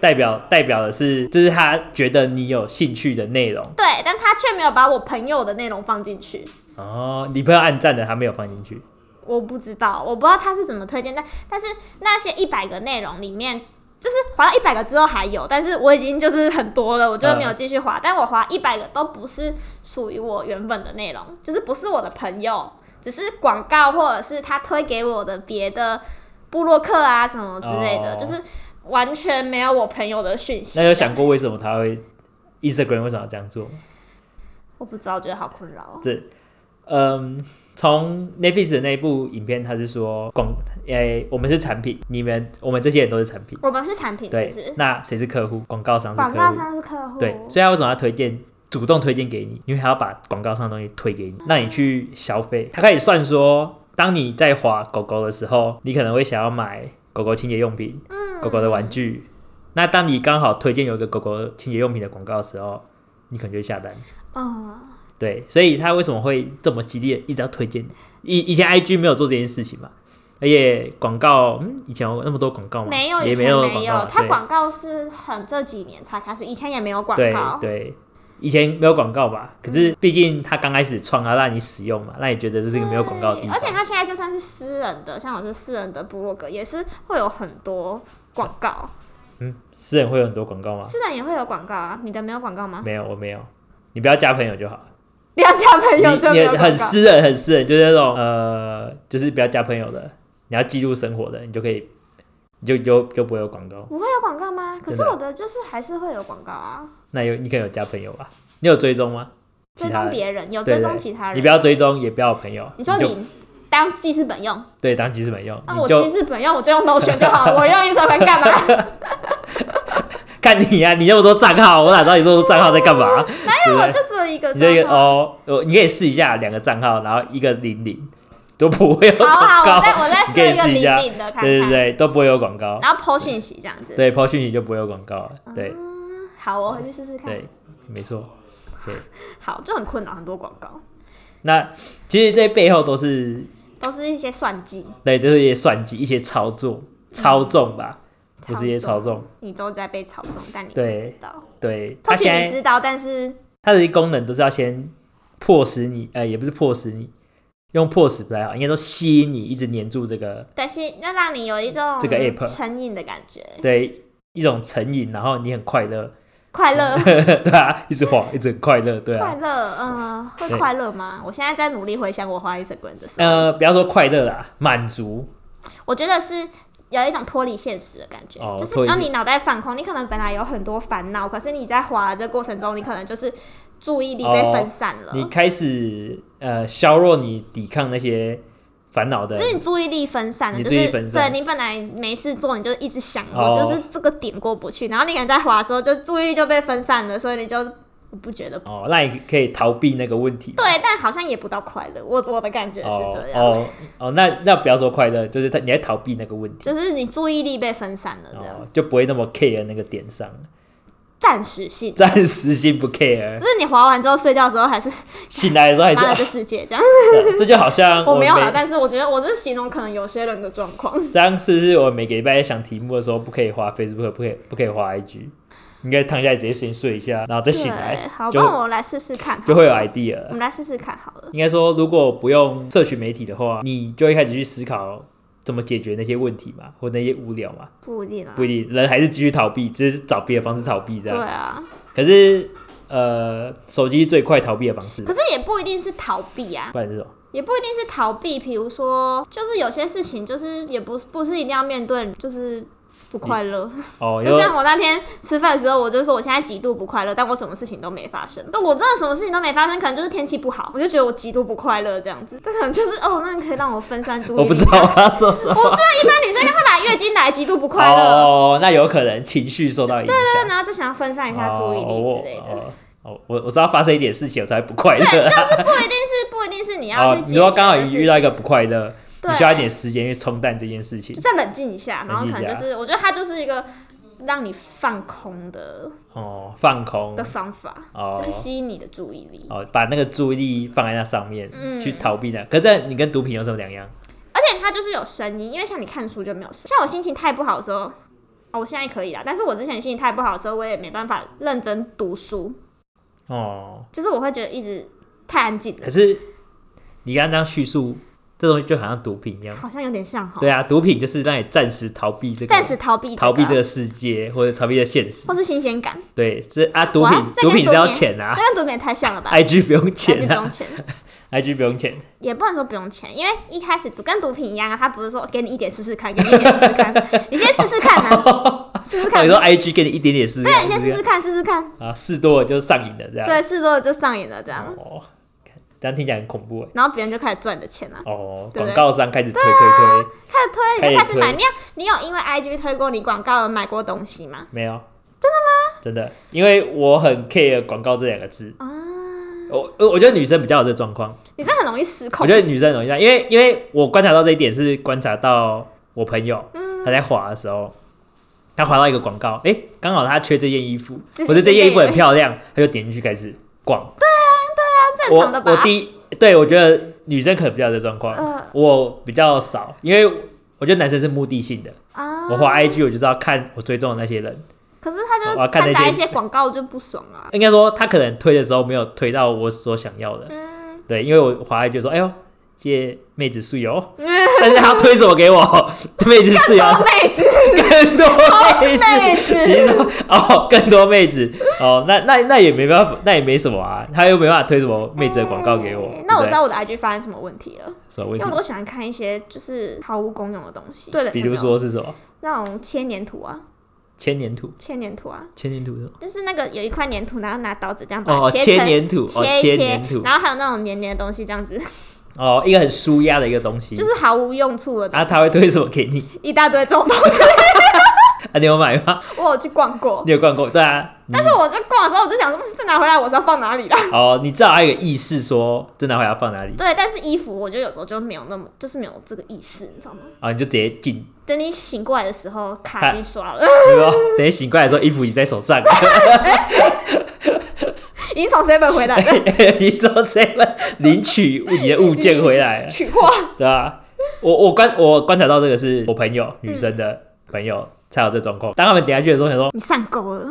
[SPEAKER 2] 代表代表的是，就是他觉得你有兴趣的内容。
[SPEAKER 1] 对，但他却没有把我朋友的内容放进去。
[SPEAKER 2] 哦，你朋友按赞的他没有放进去。
[SPEAKER 1] 我不知道，我不知道他是怎么推荐，但但是那些一百个内容里面，就是划到一百个之后还有，但是我已经就是很多了，我就没有继续划。
[SPEAKER 2] 嗯
[SPEAKER 1] 但我划一百个都不是属于我原本的内容，就是不是我的朋友，只是广告或者是他推给我的别的部落客啊什么之类的，
[SPEAKER 2] 哦
[SPEAKER 1] 就是完全没有我朋友的讯息。
[SPEAKER 2] 那有想过为什么他会 Instagram 为什么要这样做吗？
[SPEAKER 1] 我不知道，我觉得好困扰哦。
[SPEAKER 2] 嗯，从 Netflix 的那一部影片，他是说广，诶、我们是产品，你们我们这些人都是产品，
[SPEAKER 1] 我们是产品，是
[SPEAKER 2] 对，
[SPEAKER 1] 不是？
[SPEAKER 2] 那谁是客户？广告商是
[SPEAKER 1] 广
[SPEAKER 2] 客
[SPEAKER 1] 告
[SPEAKER 2] 户，
[SPEAKER 1] 商是哦客户，
[SPEAKER 2] 对，所以他为什么要推荐？主动推荐给你，因为他要把广告上的东西推给你，让你去消费。他开始算说，当你在划狗狗的时候，你可能会想要买狗狗清洁用品、
[SPEAKER 1] 嗯
[SPEAKER 2] 狗狗的玩具。那当你刚好推荐有一个狗狗清洁用品的广告的时候，你可能就会下单。
[SPEAKER 1] 嗯。
[SPEAKER 2] 对，所以他为什么会这么激烈，一直要推荐你？以以前 IG 没有做这件事情嘛，而且广告，嗯，以前有那么多广告嘛，
[SPEAKER 1] 没有，
[SPEAKER 2] 也
[SPEAKER 1] 以前
[SPEAKER 2] 有
[SPEAKER 1] 没
[SPEAKER 2] 广告
[SPEAKER 1] 有
[SPEAKER 2] 嘛，，
[SPEAKER 1] 它
[SPEAKER 2] 对
[SPEAKER 1] 广告是很这几年才开始，以前也没有广
[SPEAKER 2] 对
[SPEAKER 1] 告。
[SPEAKER 2] 对，以前没有广告吧？可是毕竟他刚开始创啊，让你使用嘛，让你觉得这是一个没有广告的地
[SPEAKER 1] 对
[SPEAKER 2] 方
[SPEAKER 1] 而。且它现在就算是私人的，像我是私人的部落格，也是会有很多广告，
[SPEAKER 2] 嗯，私人会有很多广告吗？
[SPEAKER 1] 私人也会有广告啊。你的没有广告吗？
[SPEAKER 2] 没有，我没有。你不要加朋友就好。
[SPEAKER 1] 不要加朋
[SPEAKER 2] 你
[SPEAKER 1] 友就没
[SPEAKER 2] 你
[SPEAKER 1] 有广
[SPEAKER 2] 很
[SPEAKER 1] 告。
[SPEAKER 2] 私人，很私人，就是那种呃，就是不要加朋友的，你要记录生活的，你就可以，你就你就就不会有广告。
[SPEAKER 1] 不会有广告吗？可是
[SPEAKER 2] 真的
[SPEAKER 1] 我的就是还是会有广告啊，
[SPEAKER 2] 那有你可能有加朋友吧？你有追踪吗？啊其
[SPEAKER 1] 追
[SPEAKER 2] 他
[SPEAKER 1] 踪
[SPEAKER 2] 人
[SPEAKER 1] 别人有
[SPEAKER 2] 对
[SPEAKER 1] 追
[SPEAKER 2] 对
[SPEAKER 1] 踪其他
[SPEAKER 2] 你不
[SPEAKER 1] 人。
[SPEAKER 2] 要追踪，也不要有朋友。
[SPEAKER 1] 你说
[SPEAKER 2] 就
[SPEAKER 1] 你当记事本用，
[SPEAKER 2] 对当即时本用，
[SPEAKER 1] 那
[SPEAKER 2] 你
[SPEAKER 1] 我记
[SPEAKER 2] 就
[SPEAKER 1] 事本用我就用 n 选就好，我用 Instagram 干嘛？
[SPEAKER 2] 看你啊呀、你那么多账号，我哪知道你这么多账号在 干嘛？哪
[SPEAKER 1] 我就只有一个
[SPEAKER 2] 你这
[SPEAKER 1] 账
[SPEAKER 2] 个
[SPEAKER 1] 号。
[SPEAKER 2] 哦，呃你可以试一下两个账号，然后一个零零都不会有广
[SPEAKER 1] 好好，啊我
[SPEAKER 2] 告，
[SPEAKER 1] 再我再
[SPEAKER 2] 你可
[SPEAKER 1] 设
[SPEAKER 2] 以
[SPEAKER 1] 一个
[SPEAKER 2] 试一下
[SPEAKER 1] 零零的看看。啊
[SPEAKER 2] 对对对，都不会有广告，
[SPEAKER 1] 然后抛讯息这样子。，
[SPEAKER 2] 对，抛讯息就不会有广告
[SPEAKER 1] 啊
[SPEAKER 2] 了，对
[SPEAKER 1] 好，我回去试试看。
[SPEAKER 2] 对，没错。
[SPEAKER 1] 好，就很困扰，很多广告
[SPEAKER 2] 那其实这背后都是
[SPEAKER 1] 都是一些算计，
[SPEAKER 2] 对，都是一些算计、一些操作、操纵吧，不是一些操
[SPEAKER 1] 操纵
[SPEAKER 2] 纵。
[SPEAKER 1] 你都在被操纵，但你不
[SPEAKER 2] 对
[SPEAKER 1] 知道。
[SPEAKER 2] 对，
[SPEAKER 1] 或
[SPEAKER 2] 它
[SPEAKER 1] 许
[SPEAKER 2] 现
[SPEAKER 1] 你
[SPEAKER 2] 在
[SPEAKER 1] 知道，但是
[SPEAKER 2] 它的功能都是要先迫使你，呃，也不是迫使你，用迫使不太好，应该说吸引你一直黏住这个
[SPEAKER 1] 但是那让你有一种
[SPEAKER 2] 这个 app
[SPEAKER 1] 成瘾的感觉。
[SPEAKER 2] 对，一种成瘾，然后你很快乐，
[SPEAKER 1] 快乐，
[SPEAKER 2] 对啊，一直滑，一直很快乐，对
[SPEAKER 1] 嗯 快
[SPEAKER 2] 啊，
[SPEAKER 1] 乐，嗯，会
[SPEAKER 2] 对
[SPEAKER 1] 快乐吗？我现在在努力回想我花一整个人的时候，
[SPEAKER 2] 呃，不要说快乐啦，满足，
[SPEAKER 1] 我觉得是有一种脱离现实的感觉，
[SPEAKER 2] 哦
[SPEAKER 1] 就是
[SPEAKER 2] 脱离
[SPEAKER 1] 当你脑袋放空，你可能本来有很多烦恼，可是你在滑的这个过程中，你可能就是注意力被分散了，
[SPEAKER 2] 哦你开始呃削弱你抵抗那些烦恼的
[SPEAKER 1] 就是你注意力分散了，
[SPEAKER 2] 你
[SPEAKER 1] 就
[SPEAKER 2] 注意
[SPEAKER 1] 是
[SPEAKER 2] 分散
[SPEAKER 1] 对你本来没事做，你就一直想，
[SPEAKER 2] 哦
[SPEAKER 1] 我就是这个点过不去，然后你可能在滑的时候，就注意力就被分散了，所以你就不觉得。
[SPEAKER 2] 哦，那你可以逃避那个问题。
[SPEAKER 1] 对，但好像也不到快乐，我我的感觉是
[SPEAKER 2] 哦
[SPEAKER 1] 这样，
[SPEAKER 2] 哦哦，那那不要说快乐，就是他你在逃避那个问题，
[SPEAKER 1] 就是你注意力被分散了，这样、
[SPEAKER 2] 哦，就不会那么 care 那个点上，
[SPEAKER 1] 暂时性，
[SPEAKER 2] 暂时性不 care，
[SPEAKER 1] 就是你滑完之后睡觉的时候还是
[SPEAKER 2] 醒来的时候还是
[SPEAKER 1] 妈
[SPEAKER 2] 啊
[SPEAKER 1] 的 这世界这样。
[SPEAKER 2] 这就好像
[SPEAKER 1] 我没有啊啦，
[SPEAKER 2] 每
[SPEAKER 1] 但是我觉得我是形容可能有些人的状况。
[SPEAKER 2] 这样是不是我每个礼拜在想题目的时候不可以滑 Facebook，不可以不可以滑 IG，应该躺下来直接先睡一下，然后再 醒
[SPEAKER 1] 对，
[SPEAKER 2] 来
[SPEAKER 1] 好，
[SPEAKER 2] 就
[SPEAKER 1] 那我们来试试看好了，
[SPEAKER 2] 就会有 idea 了
[SPEAKER 1] 我。们来试试看好了。
[SPEAKER 2] 应该说，如果不用社群媒体的话，你就会开始去思考怎么解决那些问题嘛，或那些无聊嘛。
[SPEAKER 1] 不一定啊
[SPEAKER 2] 不，一定，人还是继续逃避，只是找别的方式逃避这
[SPEAKER 1] 对
[SPEAKER 2] 样。
[SPEAKER 1] 啊，
[SPEAKER 2] 可是，呃，手机是最快逃避的方式
[SPEAKER 1] 可，是也不一定是逃避啊，
[SPEAKER 2] 不然这种
[SPEAKER 1] 也不一定是逃避。比如说，就是有些事情，就是也不不是一定要面对，就是不快乐。
[SPEAKER 2] 哦，
[SPEAKER 1] 就
[SPEAKER 2] 有
[SPEAKER 1] 像我那天吃饭的时候，我就说我现在极度不快乐，但我什么事情都没发生。但我真的什么事情都没发生，可能就是天气不好，我就觉得我极度不快乐这样子。但可能就是哦，那你可以让我分散注意力。
[SPEAKER 2] 我不知道我要说什么。
[SPEAKER 1] 我觉得一般女生应该会把月经来极度不快乐，
[SPEAKER 2] 哦，那有可能情绪受到影响，
[SPEAKER 1] 然后就想要分散一下注意力之类的。
[SPEAKER 2] 哦，我哦我我是要发生一点事情，我才会不快乐。
[SPEAKER 1] 就是不一定是不一定是你要
[SPEAKER 2] 哦
[SPEAKER 1] 去，解
[SPEAKER 2] 你
[SPEAKER 1] 决
[SPEAKER 2] 如
[SPEAKER 1] 的
[SPEAKER 2] 果
[SPEAKER 1] 事情，
[SPEAKER 2] 刚好遇到一个不快乐，
[SPEAKER 1] 对
[SPEAKER 2] 你需要一点时间去冲淡这件事情
[SPEAKER 1] 就。再冷静一下，然后可能
[SPEAKER 2] 冷静
[SPEAKER 1] 就
[SPEAKER 2] 一下
[SPEAKER 1] 是我觉得它就是一个让你放空的
[SPEAKER 2] 哦，放空
[SPEAKER 1] 的，方法，
[SPEAKER 2] 哦
[SPEAKER 1] 就是吸引你的注意力。
[SPEAKER 2] 哦，把那个注意力放在那上面，
[SPEAKER 1] 嗯
[SPEAKER 2] 去逃避那。可是这你跟毒品有什么两样？
[SPEAKER 1] 而且它就是有声音，因为像你看书就没有声。像我心情太不好的时候，哦，我现在可以啦，但是我之前心情太不好的时候，我也没办法认真读书，
[SPEAKER 2] 哦，
[SPEAKER 1] 就是我会觉得一直太安静了
[SPEAKER 2] 可，是你刚刚这样叙述，这东西就好像毒品一样。
[SPEAKER 1] 好像有点像哈，
[SPEAKER 2] 对啊，毒品就是让你暂时逃避这个，
[SPEAKER 1] 暂时逃避
[SPEAKER 2] 逃避这
[SPEAKER 1] 个，
[SPEAKER 2] 个世界或者逃避这个现实。
[SPEAKER 1] 或是新鲜感。
[SPEAKER 2] 对，这啊，毒品
[SPEAKER 1] 这
[SPEAKER 2] 毒
[SPEAKER 1] 跟
[SPEAKER 2] 品
[SPEAKER 1] 毒
[SPEAKER 2] 是要
[SPEAKER 1] 品
[SPEAKER 2] 钱啊
[SPEAKER 1] 这跟毒品也太像了 吧？
[SPEAKER 2] ，IG 不用
[SPEAKER 1] 那就
[SPEAKER 2] 钱
[SPEAKER 1] 不
[SPEAKER 2] 啊
[SPEAKER 1] 用钱，
[SPEAKER 2] ，IG 不用钱。
[SPEAKER 1] 也不能说不用钱，因为一开始跟毒品一样啊，他不是说给你一点试试看，给你一点试试 看，你先试试看啊，试试
[SPEAKER 2] 哦
[SPEAKER 1] 看
[SPEAKER 2] 你，说 IG 给你一点点试试
[SPEAKER 1] 对，
[SPEAKER 2] 看，
[SPEAKER 1] 你先
[SPEAKER 2] 是不是
[SPEAKER 1] 试试看，试试看，
[SPEAKER 2] 啊，试多了就上瘾了这样。
[SPEAKER 1] 对，试多了就上瘾了这样，
[SPEAKER 2] 哦，看这样听起来很恐怖哎。
[SPEAKER 1] 然后别人就开始赚你的钱啊，
[SPEAKER 2] 哦，
[SPEAKER 1] 对不
[SPEAKER 2] 广
[SPEAKER 1] 对
[SPEAKER 2] 告商开始推推推，
[SPEAKER 1] 开始推，你就
[SPEAKER 2] 开
[SPEAKER 1] 开始
[SPEAKER 2] 始推
[SPEAKER 1] 买。你有你有因为 IG 推过你广告而买过东西吗？
[SPEAKER 2] 没有？真的吗？真的，因为我很 care 广告这两个字。
[SPEAKER 1] 啊，
[SPEAKER 2] 我我觉得女生比较有这个状况，
[SPEAKER 1] 你真的很容易失
[SPEAKER 2] 我
[SPEAKER 1] 控
[SPEAKER 2] 觉，得女生容易这样，因为因为我观察到这一点是观察到我朋友他在滑的时候，他滑到一个广告，诶，刚好他缺这件衣服，
[SPEAKER 1] 就是
[SPEAKER 2] 我觉得这
[SPEAKER 1] 这
[SPEAKER 2] 件衣服
[SPEAKER 1] 类
[SPEAKER 2] 很
[SPEAKER 1] 的
[SPEAKER 2] 漂亮，他就点进去开始逛。
[SPEAKER 1] 正常的
[SPEAKER 2] 我
[SPEAKER 1] 吧
[SPEAKER 2] 我？第一，对我觉得女生可能比较有这状况，
[SPEAKER 1] 嗯
[SPEAKER 2] 我比较少，因为我觉得男生是目的性的，
[SPEAKER 1] 啊，
[SPEAKER 2] 我滑 IG 我就是要看我追踪的那些人，
[SPEAKER 1] 可是他
[SPEAKER 2] 我要
[SPEAKER 1] 就
[SPEAKER 2] 看那
[SPEAKER 1] 掺杂
[SPEAKER 2] 些
[SPEAKER 1] 一些广告就不爽啊，
[SPEAKER 2] 应该说他可能推的时候没有推到我所想要的，
[SPEAKER 1] 嗯，
[SPEAKER 2] 对，因为我滑 IG 说，哎呦。借妹子 素友，但是他要推什么给我？妹子素友，
[SPEAKER 1] 多妹子， 哦
[SPEAKER 2] 更多妹
[SPEAKER 1] 妹
[SPEAKER 2] 子，
[SPEAKER 1] 子
[SPEAKER 2] 你是说哦，更多妹子哦，那那那也没办法，那也没什么啊，他又没办法推什么妹子的广告给我。
[SPEAKER 1] 哎那我
[SPEAKER 2] 对不对
[SPEAKER 1] 知道我的 IG 发生什么问题了。
[SPEAKER 2] 什么
[SPEAKER 1] 因
[SPEAKER 2] 问题
[SPEAKER 1] 为我？都喜欢看一些就是毫无功用的东西，对的，
[SPEAKER 2] 比如说是什么？
[SPEAKER 1] 那种切粘土啊，
[SPEAKER 2] 千年土，
[SPEAKER 1] 切粘土啊，
[SPEAKER 2] 千年土是什么？
[SPEAKER 1] 就是那个有一块粘土，然后拿刀子这样把
[SPEAKER 2] 哦，
[SPEAKER 1] 它啊切
[SPEAKER 2] 千
[SPEAKER 1] 成、
[SPEAKER 2] 年土，
[SPEAKER 1] 切
[SPEAKER 2] 哦，千
[SPEAKER 1] 一
[SPEAKER 2] 年
[SPEAKER 1] 切，
[SPEAKER 2] 土，
[SPEAKER 1] 然后还有那种黏黏的东西这样子，
[SPEAKER 2] 哦，一个很舒压的一个东西。
[SPEAKER 1] 就是毫无用处的东
[SPEAKER 2] 啊，他会推什么给你？
[SPEAKER 1] 一大堆这种东西，
[SPEAKER 2] 啊，你有买吗？
[SPEAKER 1] 我有去逛过。
[SPEAKER 2] 你有逛过？对啊，你
[SPEAKER 1] 但是我在逛的时候，我就想说，嗯这拿回来我是要放哪里 啦？
[SPEAKER 2] 哦，你至少还有个意识说，真的会要放哪里？
[SPEAKER 1] 对，但是衣服我就有时候就没有那么，就是没有这个意识，你知道吗？
[SPEAKER 2] 啊，你就直接进，
[SPEAKER 1] 等你醒过来的时候，卡
[SPEAKER 2] 看
[SPEAKER 1] 已经刷了，
[SPEAKER 2] 比如说等你醒过来的时候，衣服已在手上。
[SPEAKER 1] 已经从 seven 回来了，
[SPEAKER 2] 你从 s e 领取你的物件回来，
[SPEAKER 1] 取取货。
[SPEAKER 2] 对吧、我我观我观察到这个是我朋友女生的朋友才有这状况。当他们点下去的时候，想说
[SPEAKER 1] 你上钩了，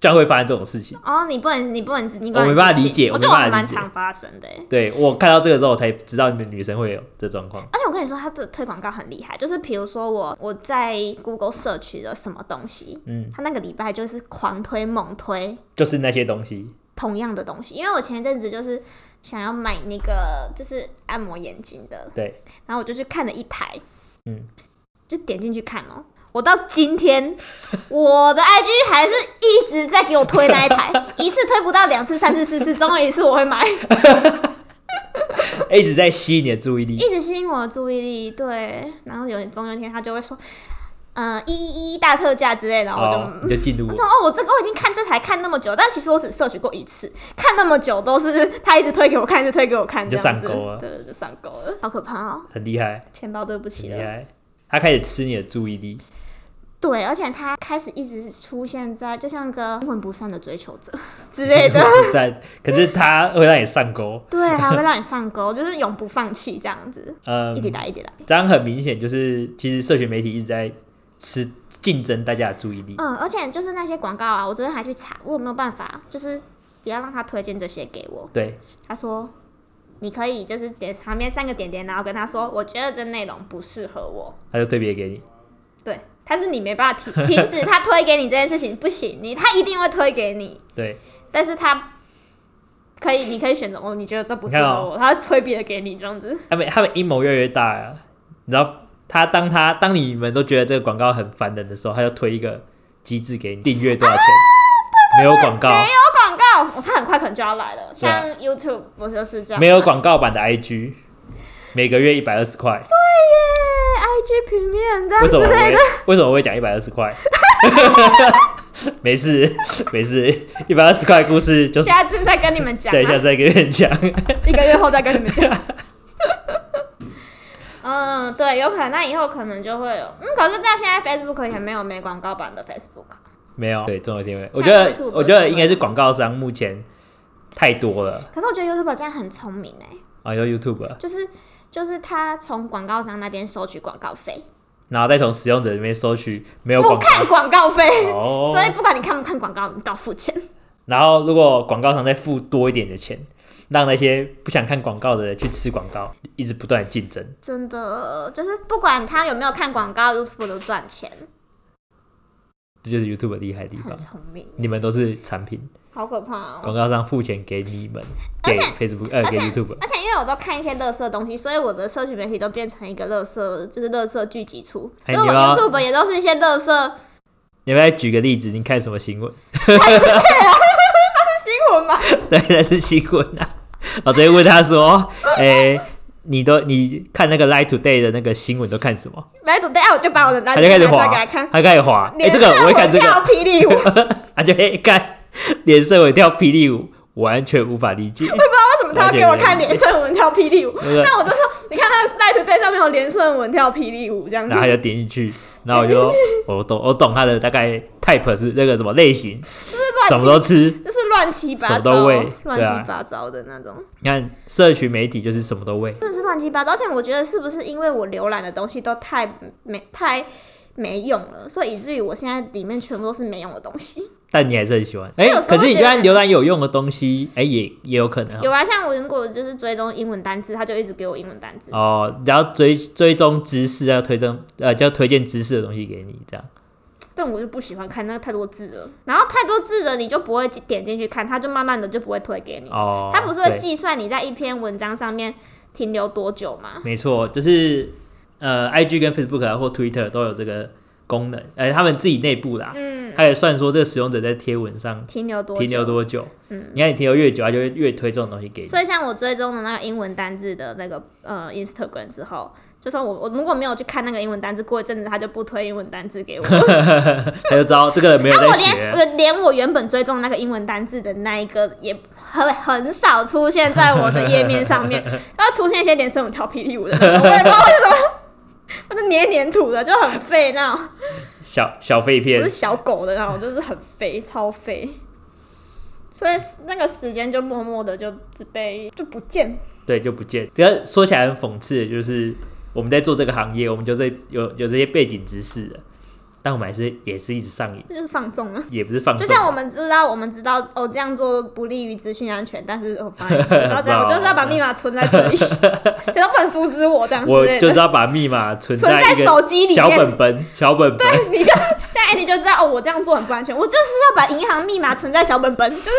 [SPEAKER 2] 居然会发生这种事情。
[SPEAKER 1] 哦，你不能，你不能，你不
[SPEAKER 2] 我
[SPEAKER 1] 能
[SPEAKER 2] 没办法
[SPEAKER 1] 自信
[SPEAKER 2] 理解
[SPEAKER 1] 我
[SPEAKER 2] 我
[SPEAKER 1] 觉
[SPEAKER 2] 没
[SPEAKER 1] 得我们
[SPEAKER 2] 办法
[SPEAKER 1] 蛮
[SPEAKER 2] 理解
[SPEAKER 1] 常发生的欸。
[SPEAKER 2] 对我看到这个之后，我才知道你们女生会有这状况。
[SPEAKER 1] 而且我跟你说，它的推广告很厉害，就是比如说我我在 Google 社区的什么东西，
[SPEAKER 2] 嗯，
[SPEAKER 1] 它那个礼拜就是狂推猛推
[SPEAKER 2] 就是那些东西，
[SPEAKER 1] 同样的东西，因为我前一阵子就是想要买那个就是按摩眼睛的，
[SPEAKER 2] 对，
[SPEAKER 1] 然后我就去看了一台，
[SPEAKER 2] 嗯，
[SPEAKER 1] 就点进去看哦、我到今天，我的 IG 还是一直在给我推那一 台，一次推不到两次、三次、四次，终于一次我会买，
[SPEAKER 2] 一直在吸引你的注意力。
[SPEAKER 1] 一直吸引我的注意力。对，然后有总有一天他就会说，呃，一一一大特价之类的，然后我就。
[SPEAKER 2] 哦，你就进入
[SPEAKER 1] 我说哦，我这个我已经看这台看那么久，但其实我只摄取过一次，看那么久都是他一直推给我看，一直推给我看，
[SPEAKER 2] 你
[SPEAKER 1] 这
[SPEAKER 2] 就
[SPEAKER 1] 样子
[SPEAKER 2] 上钩了
[SPEAKER 1] 对，就上钩了，好可怕哦，
[SPEAKER 2] 很厉害，
[SPEAKER 1] 钱包对不
[SPEAKER 2] 很
[SPEAKER 1] 起
[SPEAKER 2] 厉
[SPEAKER 1] 了。
[SPEAKER 2] 害。他开始吃你的注 意力，
[SPEAKER 1] 对，而且他开始一直出现在，就像个魂不散的追求者之类 的，
[SPEAKER 2] 不善，可是他会让你上钩。
[SPEAKER 1] 对，还会让你上钩，就是永不放弃这样子，一
[SPEAKER 2] 嗯
[SPEAKER 1] 点，来，一点来。
[SPEAKER 2] 这样很明显就是，其实社群媒体一直在吃竞争大家的注意力。
[SPEAKER 1] 嗯，而且就是那些广告啊，我昨天还去查，我有没有办法，就是不要让他推荐这些给我。
[SPEAKER 2] 对，
[SPEAKER 1] 他说，你可以就是点旁边三个点点，然后跟他说，我觉得这内容不适合我。
[SPEAKER 2] 他就推别给你。
[SPEAKER 1] 对，但是你没办法停停止他推给你这件事情，不行，你他一定会推给你，
[SPEAKER 2] 对，
[SPEAKER 1] 但是他可以，你可以选择哦，你觉得这不适
[SPEAKER 2] 你看
[SPEAKER 1] 合
[SPEAKER 2] 哦
[SPEAKER 1] 我，他推别的给你这样子。
[SPEAKER 2] 他们他们阴谋越来越大呀、你知道，他当他当你们都觉得这个广告很烦人的时候，他就推一个机制给你，订阅多少钱？没有广告，
[SPEAKER 1] 没有广告，哦他很快可能就要来了。
[SPEAKER 2] 对啊
[SPEAKER 1] 像 YouTube 不就是这样吗？
[SPEAKER 2] 啊没有广告版的 IG，每个月一百二十块。
[SPEAKER 1] 对耶，IG 哎平面这样
[SPEAKER 2] 为什
[SPEAKER 1] 之
[SPEAKER 2] 么我
[SPEAKER 1] 类
[SPEAKER 2] 会
[SPEAKER 1] 的。
[SPEAKER 2] 为什么我会讲一百二十块？ 没事没事，一百二十块的故事就是
[SPEAKER 1] 下次再跟你们讲、
[SPEAKER 2] 对，下
[SPEAKER 1] 啊，
[SPEAKER 2] 次再跟人讲。
[SPEAKER 1] 一个月后再跟你们讲。嗯，对，有可能，那以后可能就会有，嗯，可是那现在 Facebook 也没有没广告版的 Facebook，
[SPEAKER 2] 没有，对，总有一天会。我
[SPEAKER 1] 像
[SPEAKER 2] 觉得
[SPEAKER 1] YouTube
[SPEAKER 2] 我觉得应该是广告商目前太多了
[SPEAKER 1] 可是我觉得 YouTube 这样很聪明哎、
[SPEAKER 2] 啊，有 YouTube，
[SPEAKER 1] 就是就是他从广告商那边收取广告费，
[SPEAKER 2] 然后再从使用者那边收取没有
[SPEAKER 1] 不
[SPEAKER 2] 广告
[SPEAKER 1] 看广告费，
[SPEAKER 2] 哦
[SPEAKER 1] 所以不管你看不看广告，你都要付钱。
[SPEAKER 2] 然后如果广告商再付多一点的钱，让那些不想看广告的人去吃广告，一直不断地竞争。
[SPEAKER 1] 真的就是不管他有没有看广告，YouTube 都赚钱，
[SPEAKER 2] 这就是 YouTube 厉害的地
[SPEAKER 1] 很
[SPEAKER 2] 方，
[SPEAKER 1] 聪明，
[SPEAKER 2] 你们都是产品，
[SPEAKER 1] 好可怕哦。
[SPEAKER 2] 广告商付钱给你们，
[SPEAKER 1] 而
[SPEAKER 2] 给
[SPEAKER 1] 且
[SPEAKER 2] Facebook 呃
[SPEAKER 1] 而
[SPEAKER 2] 给
[SPEAKER 1] 且
[SPEAKER 2] YouTube。
[SPEAKER 1] 而且因为我都看一些乐色东西，所以我的社群媒体都变成一个乐色，就是乐色聚集处。所
[SPEAKER 2] 哎
[SPEAKER 1] 以我
[SPEAKER 2] 你要
[SPEAKER 1] YouTube 也都是一些乐色
[SPEAKER 2] 你们再举个例子，你看什么新闻？
[SPEAKER 1] 新闻 嘛。
[SPEAKER 2] 对，那是新闻啊。 我直接问他说：“哎、你都你看那个 Live Today 的那个新闻都看什么
[SPEAKER 1] 来读，等一下我就把我的？”来
[SPEAKER 2] 他就开始
[SPEAKER 1] 拿出
[SPEAKER 2] 滑
[SPEAKER 1] 来给他，看。
[SPEAKER 2] 他开始滑。哎、这个我会看这
[SPEAKER 1] 脸
[SPEAKER 2] 个，
[SPEAKER 1] 上霹 雳舞，我
[SPEAKER 2] 他就会看脸色尾跳霹雳舞，完全无法理解。
[SPEAKER 1] 为什么他要给我看连胜文跳霹雳舞？
[SPEAKER 2] 对不对
[SPEAKER 1] 那我就说，你看他 Light Day 上面有连胜文跳霹雳舞这样子
[SPEAKER 2] 然后。他就点进去，然后我就 说我懂，我懂他的大概 type 是那个什么类型，什么都吃。
[SPEAKER 1] 就是乱七八
[SPEAKER 2] 什
[SPEAKER 1] 糟
[SPEAKER 2] 么都喂，
[SPEAKER 1] 乱
[SPEAKER 2] 对啊
[SPEAKER 1] 七八糟的那种，
[SPEAKER 2] 你看，社群媒体就是什么都喂，
[SPEAKER 1] 真的是乱七八糟。而且我觉得是不是因为我浏览的东西都太没太没用了，所以以至于我现在里面全部都是没用的东 西。
[SPEAKER 2] 但你还是很喜欢。哎、
[SPEAKER 1] 有时候
[SPEAKER 2] 可是你
[SPEAKER 1] 觉
[SPEAKER 2] 就算
[SPEAKER 1] 得
[SPEAKER 2] 浏览有用的东西，哎、也也有可能哦
[SPEAKER 1] 有啊，像我如果就是追踪英文单字，他就一直给我英文单字。
[SPEAKER 2] 哦，然后追追踪知识，要推荐呃，就要推荐知识的东西给你，这样
[SPEAKER 1] 但我就不喜欢看那太多字了，然后太多字了你就不会点进去看，它就慢慢的就不会推给你。
[SPEAKER 2] 哦。
[SPEAKER 1] 它不是会
[SPEAKER 2] 对
[SPEAKER 1] 计算你在一篇文章上面停留多久吗？
[SPEAKER 2] 没错，就是呃，IG 跟 Facebook 啊或 Twitter 都有这个功能，呃，他们自己内部啦，
[SPEAKER 1] 嗯，
[SPEAKER 2] 它也算说这个使用者在贴文上
[SPEAKER 1] 停留多久？
[SPEAKER 2] 停留多久。嗯，你看你停留越久，它就会越推这种东西给你。
[SPEAKER 1] 所以像我追踪的那个英文单字的那个呃 Instagram 之后，就算我我如果没有去看那个英文单字，过一阵子他就不推英文单字给我。那、
[SPEAKER 2] 他就知道这个人没有在
[SPEAKER 1] 我连
[SPEAKER 2] 学。
[SPEAKER 1] 我连我原本追踪那个英文单字的那一个也很很少出现在我的页面上面，然后出现一些连生我跳霹雳舞的那种，我也不知道为什么。 我是黏黏土的，就很废那种，
[SPEAKER 2] 小小废
[SPEAKER 1] 我是
[SPEAKER 2] 片，
[SPEAKER 1] 小狗的那种，就是很废，超废。所以那个时间就默默的就只被就不见
[SPEAKER 2] 对，就不见。只要说起来很讽刺的就是，我们在做这个行业，我们就是有有这些背景知识的，但我们还是也是一直上瘾，
[SPEAKER 1] 就是放纵啊。
[SPEAKER 2] 也不 是放
[SPEAKER 1] 就
[SPEAKER 2] 纵
[SPEAKER 1] 像
[SPEAKER 2] 吧，
[SPEAKER 1] 我们知道，我们知道哦，这样做不利于资讯安全，但是哦 我发现我就是要这样，我就是要把密码存在这里，谁都不能阻止我这样之
[SPEAKER 2] 我
[SPEAKER 1] 类
[SPEAKER 2] 就是
[SPEAKER 1] 的。
[SPEAKER 2] 要把密码存
[SPEAKER 1] 存
[SPEAKER 2] 在
[SPEAKER 1] 在
[SPEAKER 2] 一个
[SPEAKER 1] 手机里
[SPEAKER 2] 小
[SPEAKER 1] 面
[SPEAKER 2] 本本，小本本。
[SPEAKER 1] 你就是现在 Andy 就知道哦，我这样做很不安全，我就是要把银行密码存在小本本，就是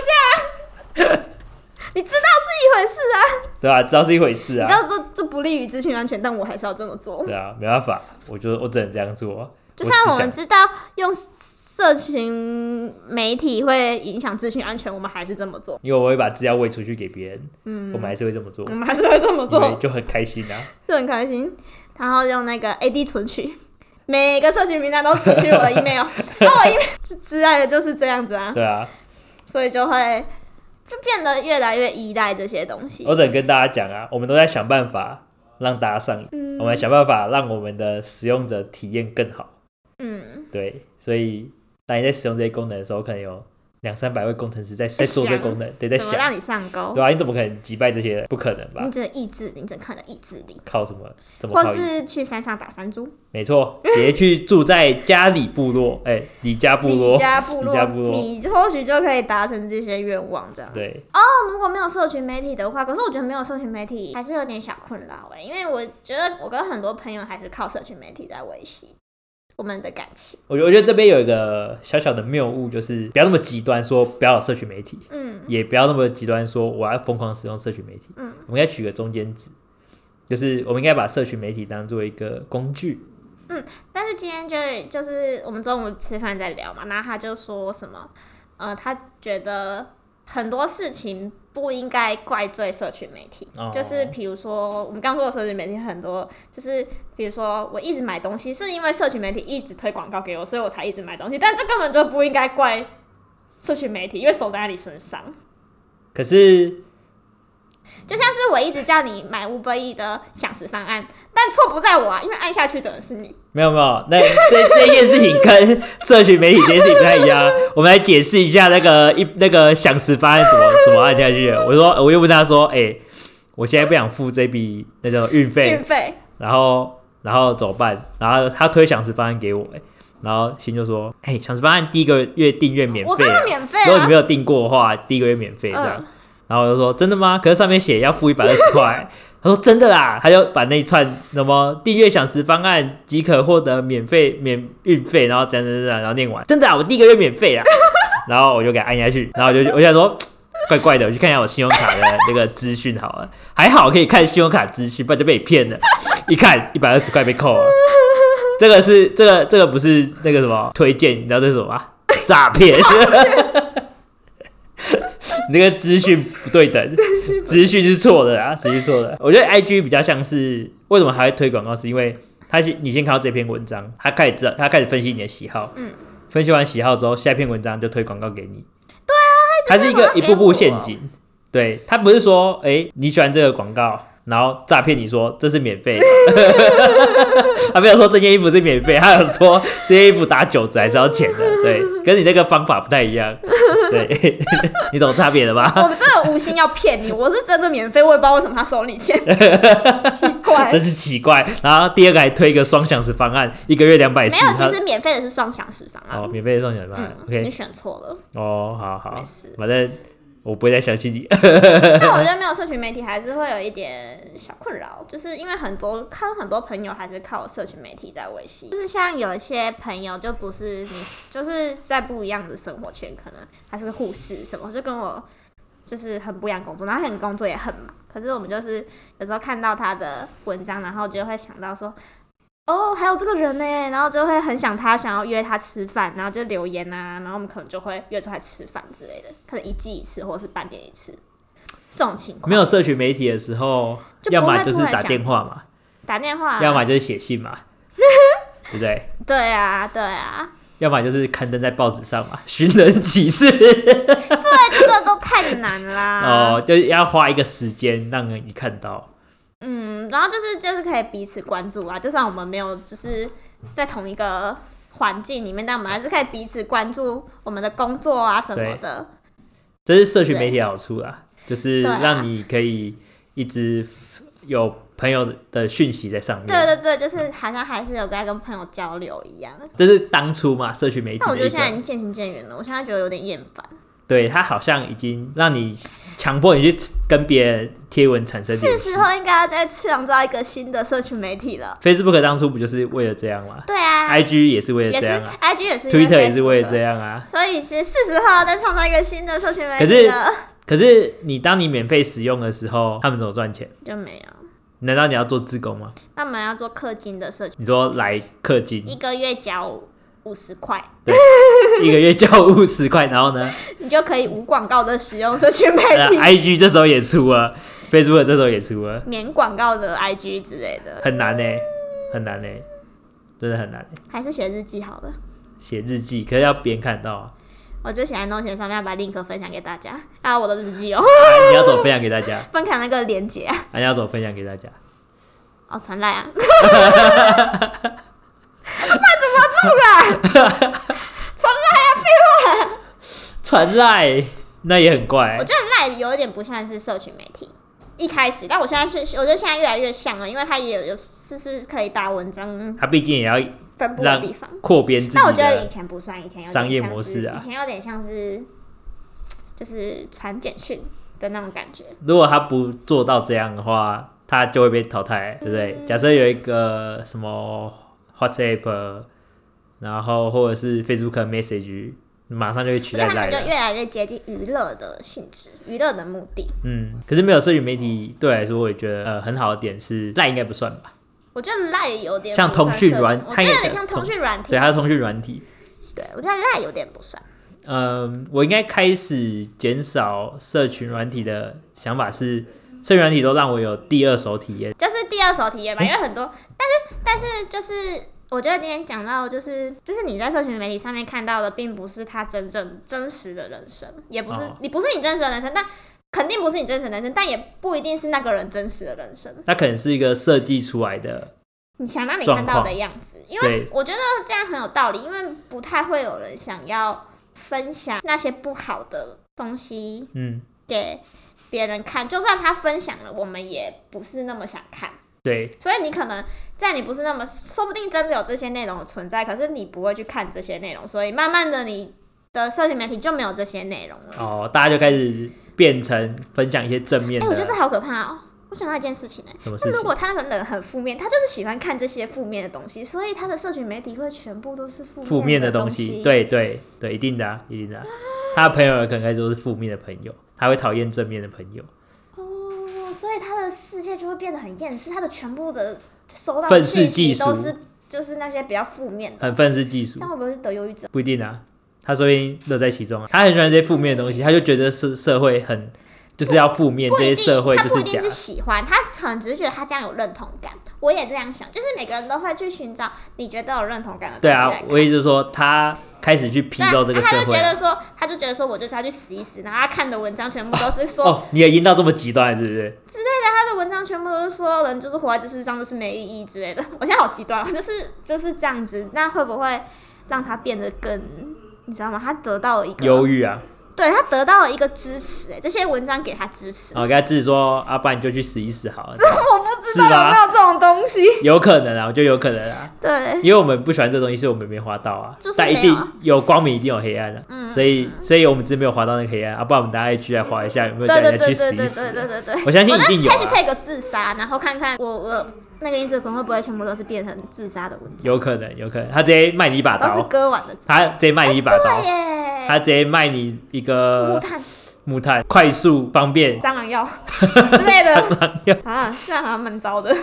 [SPEAKER 1] 这样啊。你知道是一回事啊，
[SPEAKER 2] 对啊，知道是一回事
[SPEAKER 1] 你
[SPEAKER 2] 啊
[SPEAKER 1] 知，道这这不利于资讯安全，但我还是要这么做。
[SPEAKER 2] 对啊，没办法，我就我只能这样做啊。
[SPEAKER 1] 就像我
[SPEAKER 2] 只
[SPEAKER 1] 们
[SPEAKER 2] 想
[SPEAKER 1] 知道用社群媒体会影响资讯安全，我们还是这么做，
[SPEAKER 2] 因为我会把资料喂出去给别人，嗯，我们还是会这么做
[SPEAKER 1] 我，们还是会这么
[SPEAKER 2] 所以
[SPEAKER 1] 做，
[SPEAKER 2] 就很开心啊。
[SPEAKER 1] 就很开心。然后用那个 AD 存取，每个社群平台都存取我 的 email，那我 email 之之类的就是这样子啊，
[SPEAKER 2] 对啊，
[SPEAKER 1] 所以就会就变得越来越依赖这些东西。
[SPEAKER 2] 我只能跟大家讲啊，我们都在想办法让大家上瘾，
[SPEAKER 1] 嗯
[SPEAKER 2] 我们想办法让我们的使用者体验更好。
[SPEAKER 1] 嗯，
[SPEAKER 2] 对，所以当你在使用这些功能的时候，可能有两三百位工程师在在做这
[SPEAKER 1] 想
[SPEAKER 2] 功能，对，在
[SPEAKER 1] 怎么
[SPEAKER 2] 想，
[SPEAKER 1] 让你上钩？
[SPEAKER 2] 对啊，你怎么可能击败这些人？不可能吧
[SPEAKER 1] 你？只能意志，你只能看到意志力，
[SPEAKER 2] 靠什么？怎么
[SPEAKER 1] 或
[SPEAKER 2] 靠意志？
[SPEAKER 1] 是去山上打山猪，
[SPEAKER 2] 没错，直接去住在家里部落，哎、离家部
[SPEAKER 1] 离
[SPEAKER 2] 落，
[SPEAKER 1] 家部
[SPEAKER 2] 离家
[SPEAKER 1] 落，
[SPEAKER 2] 部落
[SPEAKER 1] 你或许就可以达成这些愿望，这样。
[SPEAKER 2] 对，
[SPEAKER 1] 如果没有社群媒体的话，可是我觉得没有社群媒体还是有点小困扰哎、因为我觉得我跟很多朋友还是靠社群媒体在维系我们的感情。
[SPEAKER 2] 我觉我觉得这边有一个小小的谬误，就是不要那么极端，说不要有社群媒体，
[SPEAKER 1] 嗯
[SPEAKER 2] 也不要那么极端，说我要疯狂使用社群媒体。
[SPEAKER 1] 嗯，
[SPEAKER 2] 我们应该取个中间值，就是我们应该把社群媒体当做一个工具。
[SPEAKER 1] 但是今天就是就是我们中午吃饭在聊嘛，然后他就说什么，呃，他觉得很多事情不应该怪罪社群媒体，
[SPEAKER 2] 哦
[SPEAKER 1] 就是比如说我们刚说的社群媒体很多，就是比如说我一直买东西是因为社群媒体一直推广告给我，所以我才一直买东西，但这根本就不应该怪社群媒体，因为手在你身上。
[SPEAKER 2] 可是
[SPEAKER 1] 就像是我一直叫你买 Uber E 的享食方案，但错不在我啊，因为按下去的人是你。
[SPEAKER 2] 没有没有，那 这这件事情跟社群媒体这件事情不太一样。啊 我们来解释一下那个一那个想死方案怎么怎么按下去的。我说我又问他说，哎、我现在不想付这笔那种运费，
[SPEAKER 1] 运费，
[SPEAKER 2] 然后然后怎么办？然后他推享食方案给我、欸，然后新就说，哎、享食方案第一个月订阅免
[SPEAKER 1] 我
[SPEAKER 2] 费
[SPEAKER 1] 真的
[SPEAKER 2] 啊，
[SPEAKER 1] 免费
[SPEAKER 2] 如果
[SPEAKER 1] 啊
[SPEAKER 2] 你没。有订过的话，第一个月免费这样。
[SPEAKER 1] 嗯
[SPEAKER 2] 然后我就说真的吗？可是上面写要付一百二十块。 他说真的啦，他就把那一串什么订阅享食方案即可获得免费免运费，然后讲讲讲讲，然后念完，真的啊，我 第一个月免费啦。然后我就给他按下去，然后我就我就想说怪怪的，我去看一下我信用卡的那个资讯好了，还好可以看信用卡资讯，不然就被你骗了。 一看一百二十块被扣了，这个是这个这个不是那个什么推荐，你知道这是什么吗？诈骗。你这个资讯不对等， 资讯是错的啊，资讯错的。我觉得 I G 比较像是为什么还会推广告，是因为他先你先看到这篇文章，他开始知道，他开始分析你的喜好，
[SPEAKER 1] 嗯，
[SPEAKER 2] 分析完喜好之后，下一篇文章就推广告给你。 对啊，它
[SPEAKER 1] 一直推
[SPEAKER 2] 是一个
[SPEAKER 1] 广告
[SPEAKER 2] 一
[SPEAKER 1] 给
[SPEAKER 2] 步步
[SPEAKER 1] 我
[SPEAKER 2] 陷阱。对，他不是说哎、诶你喜欢这个广告，然后诈骗你说这是免费的， 他没有说这件衣服是免费，他有说这件衣服打九折还是要钱的。对，跟你那个方法不太一样。对， 你懂差别了吧？
[SPEAKER 1] 我们真的无心要骗 你，我是真的免费，我也不知道为什么他收你钱，奇怪
[SPEAKER 2] 真。是奇怪。然后第二个还推一个双享食方案，一个月两百四
[SPEAKER 1] 没有，，其
[SPEAKER 2] 他
[SPEAKER 1] 实免费的是双享食方案。
[SPEAKER 2] 哦，免费的双享食方案
[SPEAKER 1] 啊嗯，你
[SPEAKER 2] ，OK，
[SPEAKER 1] 选错了。
[SPEAKER 2] 哦，好好
[SPEAKER 1] 没事，
[SPEAKER 2] 反正我不会再相信你。
[SPEAKER 1] 但我觉得没有社群媒体还是会有一点小困扰，就是因为很多看很多朋友还是靠社群媒体在维系，就是像有一些朋友就不是你，就是在不一样的生活圈，可能他是护士什么，就跟我就是很不一样工作，然后他工作也很忙，可是我们就是有时候看到他的文章，然后就会想到说。哦，还有这个人呢，然后就会很想他，想要约他吃饭，然后就留言啊，然后我们可能就会约出来吃饭之类的，可能一季一次或者是半年一次这种情况。
[SPEAKER 2] 没有社群媒体的时候，
[SPEAKER 1] 就不会
[SPEAKER 2] 要么就是
[SPEAKER 1] 突然
[SPEAKER 2] 打
[SPEAKER 1] 想
[SPEAKER 2] 电话嘛，
[SPEAKER 1] 打电话、
[SPEAKER 2] 要么就是写 信嘛，对不对？
[SPEAKER 1] 对啊，对啊，
[SPEAKER 2] 要么就是刊登在报纸上嘛， 寻人启事
[SPEAKER 1] 这个都太难啦。
[SPEAKER 2] 哦，就是要花一个时间让人一看到。
[SPEAKER 1] 嗯，然后就是就是可以彼此关注啊，就算我们没有就是在同一个环境里面，但我们还是可以彼此关注我们的工作啊什么的。
[SPEAKER 2] 这是社群媒体的好处啦，就是
[SPEAKER 1] 对啊
[SPEAKER 2] 让你可以一直有朋友的讯息在上面。
[SPEAKER 1] 对对对，就是好像还是有在跟朋友交流一样。
[SPEAKER 2] 这是当初嘛，社区媒体
[SPEAKER 1] 但我
[SPEAKER 2] 嗯
[SPEAKER 1] 觉得
[SPEAKER 2] 的一
[SPEAKER 1] 现在已
[SPEAKER 2] 个，
[SPEAKER 1] 经渐行渐远了，我现在觉得有点厌烦。
[SPEAKER 2] 对它好像已经让你强迫你去跟别人贴文产生联
[SPEAKER 1] 是
[SPEAKER 2] 系
[SPEAKER 1] 时。候应该要再创造一个新的社群媒体了。
[SPEAKER 2] Facebook 当初不就是为了这样吗
[SPEAKER 1] 对啊，
[SPEAKER 2] ？IG 也是为了
[SPEAKER 1] 也
[SPEAKER 2] 这
[SPEAKER 1] 是
[SPEAKER 2] 样啊
[SPEAKER 1] ，IG 也是因为
[SPEAKER 2] ，Twitter 也是为了
[SPEAKER 1] Facebook
[SPEAKER 2] 这样啊。
[SPEAKER 1] 所以是是时候再创造一个新的社群媒
[SPEAKER 2] 可
[SPEAKER 1] 体
[SPEAKER 2] 是
[SPEAKER 1] 了，
[SPEAKER 2] 可是你当你免费使用的时候，他们怎么赚钱？
[SPEAKER 1] 就没有。
[SPEAKER 2] 难道你要做自工吗？
[SPEAKER 1] 那我们要做氪金的社群，
[SPEAKER 2] 你说来氪金，
[SPEAKER 1] 一个月缴五十块，
[SPEAKER 2] 一个月交五十块，然后 呢、
[SPEAKER 1] 你就可以无广告的使用社群媒
[SPEAKER 2] 呃、
[SPEAKER 1] 体，
[SPEAKER 2] ，IG 这时候也出了，Facebook 这时候也出了，
[SPEAKER 1] 免广告的 IG 之类的，
[SPEAKER 2] 很难呢、欸很难呢、欸真的很难、欸。
[SPEAKER 1] 还是写日记好了。
[SPEAKER 2] 写日记，可是要别人看到啊，
[SPEAKER 1] 我就喜欢弄些上面要把 link 分享给大家啊，我的日记哦，
[SPEAKER 2] 啊你要怎么分享给大家？
[SPEAKER 1] 分享那个链接啊，
[SPEAKER 2] 啊，你要怎么分享给大家？
[SPEAKER 1] 哦，传来啊，那怎么 啊 弄啦？
[SPEAKER 2] 传赖那也很怪、
[SPEAKER 1] 我觉得 Line 有一点不像是社群媒体。一开始，但我现在是，我觉得现在越来越像了，因为它也有有是是可以打文章
[SPEAKER 2] 他毕竟也要
[SPEAKER 1] 分布的
[SPEAKER 2] 让
[SPEAKER 1] 地方。
[SPEAKER 2] 扩编自
[SPEAKER 1] 但我
[SPEAKER 2] 己
[SPEAKER 1] 觉得以
[SPEAKER 2] 的，
[SPEAKER 1] 前不算，以前有点
[SPEAKER 2] 商业
[SPEAKER 1] 像
[SPEAKER 2] 模
[SPEAKER 1] 是
[SPEAKER 2] 式啊
[SPEAKER 1] 以前有点像是就是传简讯的那种感觉。
[SPEAKER 2] 如果他不做到这样的话，他就会被淘汰，对
[SPEAKER 1] 嗯
[SPEAKER 2] 不对？假设有一个什么 WhatsApp，然后或者是 Facebook Message，马上就会取
[SPEAKER 1] 就是
[SPEAKER 2] 代
[SPEAKER 1] 他
[SPEAKER 2] 赖
[SPEAKER 1] 们就
[SPEAKER 2] 了。
[SPEAKER 1] 越来越接近娱乐的性质，娱乐的目的。
[SPEAKER 2] 嗯，可是没有社群媒体对我来说，我也觉得呃很好的点是赖应该不算吧？
[SPEAKER 1] 我觉得赖有点
[SPEAKER 2] 像
[SPEAKER 1] 不算
[SPEAKER 2] 通讯
[SPEAKER 1] 社群
[SPEAKER 2] 软
[SPEAKER 1] 我
[SPEAKER 2] 它
[SPEAKER 1] 觉得
[SPEAKER 2] 也
[SPEAKER 1] 有点
[SPEAKER 2] 叫
[SPEAKER 1] 像通
[SPEAKER 2] 通
[SPEAKER 1] 讯软体
[SPEAKER 2] 对，。它是通讯软体。
[SPEAKER 1] 对，我觉得赖有点不算。
[SPEAKER 2] 嗯，我应该开始减少社群软体的想法是，社群软体都让我有第二手体验。
[SPEAKER 1] 就是第二手体验吧，因为很多，但是但是就是。我觉得今天讲到，就是就是你在社群媒体上面看到的，并不是他真正真实的人生，也不是、
[SPEAKER 2] 哦
[SPEAKER 1] 你不是你真实的人生，但肯定不是你真实的人生，但也不一定是那个人真实的人生。
[SPEAKER 2] 它可能是一个设计出来的，
[SPEAKER 1] 你想让你
[SPEAKER 2] 状
[SPEAKER 1] 看到的
[SPEAKER 2] 况
[SPEAKER 1] 样子，因为我觉得这样很有道理，因为不太会有人想要分享那些不好的东西
[SPEAKER 2] 嗯，
[SPEAKER 1] 给别人看，就算他分享了，我们也不是那么想看。
[SPEAKER 2] 对，
[SPEAKER 1] 所以你可能在你不是那么，说不定真的有这些内容存在，可是你不会去看这些内容，所以慢慢的你的社群媒体就没有这些内容了。
[SPEAKER 2] 哦，大家就开始变成分享一些正面
[SPEAKER 1] 哎、
[SPEAKER 2] 的
[SPEAKER 1] 我觉得这好可怕哦！我想到一件事情哎、
[SPEAKER 2] 什么事
[SPEAKER 1] 那如
[SPEAKER 2] 情，
[SPEAKER 1] 果他那个人很负面，他就是喜欢看这些负面的东西，所以他的社群媒体会全部都是负
[SPEAKER 2] 负面
[SPEAKER 1] 的
[SPEAKER 2] 的东
[SPEAKER 1] 西。
[SPEAKER 2] 西，，对对对，一定的、啊，一定的、啊。他的朋友可能开始都是负面的朋友，他会讨厌正面的朋友，
[SPEAKER 1] 哦，所以他的世界就会变得很厌世，他的全部的收到的
[SPEAKER 2] 愤世
[SPEAKER 1] 信息
[SPEAKER 2] 嫉俗
[SPEAKER 1] 都是就是那些比较负面的，
[SPEAKER 2] 很愤世嫉
[SPEAKER 1] 这
[SPEAKER 2] 俗
[SPEAKER 1] 样，会不会是得忧郁症？
[SPEAKER 2] 不一定啊。他说不定乐在其中啊，他很喜欢这些负面的东西，他就觉得社社会很就是要负面，
[SPEAKER 1] 不
[SPEAKER 2] 这
[SPEAKER 1] 一
[SPEAKER 2] 些
[SPEAKER 1] 定，
[SPEAKER 2] 社会
[SPEAKER 1] 他
[SPEAKER 2] 就
[SPEAKER 1] 不一
[SPEAKER 2] 假
[SPEAKER 1] 定是喜欢，他可能只是觉得他这样有认同感。我也这样想，就是每个人都会去寻找你觉得有认同感的
[SPEAKER 2] 对
[SPEAKER 1] 东西
[SPEAKER 2] 啊
[SPEAKER 1] 来，看
[SPEAKER 2] 我也就是说，他开始去批
[SPEAKER 1] 对啊
[SPEAKER 2] 斗这个
[SPEAKER 1] 他
[SPEAKER 2] 社
[SPEAKER 1] 就
[SPEAKER 2] 会
[SPEAKER 1] 觉
[SPEAKER 2] 啊。
[SPEAKER 1] 得说，他就觉得说我就是要去死一死，然后他看的文章全部都是说，啊
[SPEAKER 2] 哦，你也阴到这么极端，是不是？
[SPEAKER 1] 他的文章全部都是说人就是活在这世上就是没意义之类的。我现在好极端哦，就是就是这样子，那会不会让他变得更，你知道吗？他得到了一
[SPEAKER 2] 忧
[SPEAKER 1] 个，
[SPEAKER 2] 郁啊！
[SPEAKER 1] 对他得到了一个支持、哎，这些文章给他支 持，
[SPEAKER 2] 哦我跟他自己说，阿、啊、爸你就去死一死好了，
[SPEAKER 1] 我不知道
[SPEAKER 2] 是吧
[SPEAKER 1] 有没有这种东西，
[SPEAKER 2] 有可能啊，我觉得有可能啊，
[SPEAKER 1] 对。
[SPEAKER 2] 因为我们不喜欢这东西，所以我们没花到啊。
[SPEAKER 1] 就是
[SPEAKER 2] 但一
[SPEAKER 1] 没有
[SPEAKER 2] 定
[SPEAKER 1] 啊嗯
[SPEAKER 2] 有光明，一定有黑暗的、啊，所以所以我们只是没有划到那个黑暗啊，不然我们大家一起来划一下，有没有叫
[SPEAKER 1] 对对
[SPEAKER 2] 人家
[SPEAKER 1] 对
[SPEAKER 2] 去死
[SPEAKER 1] 对
[SPEAKER 2] 一
[SPEAKER 1] 对
[SPEAKER 2] 死
[SPEAKER 1] 对
[SPEAKER 2] 啊？
[SPEAKER 1] 对对对，
[SPEAKER 2] 我相信一定有啊
[SPEAKER 1] hashtag 自杀，然后看看我我那个 Instagram 会不会全部都是变成自杀的文章，
[SPEAKER 2] 有可能，有可能，他直接卖你一把
[SPEAKER 1] 都是
[SPEAKER 2] 刀，
[SPEAKER 1] 割腕的字。
[SPEAKER 2] 他直接卖你一把刀，
[SPEAKER 1] 对耶，
[SPEAKER 2] 他直接卖你一
[SPEAKER 1] 木
[SPEAKER 2] 个
[SPEAKER 1] 炭、
[SPEAKER 2] 木炭，快速方便，
[SPEAKER 1] 蟑螂药之类的啊，这样还蛮糟 的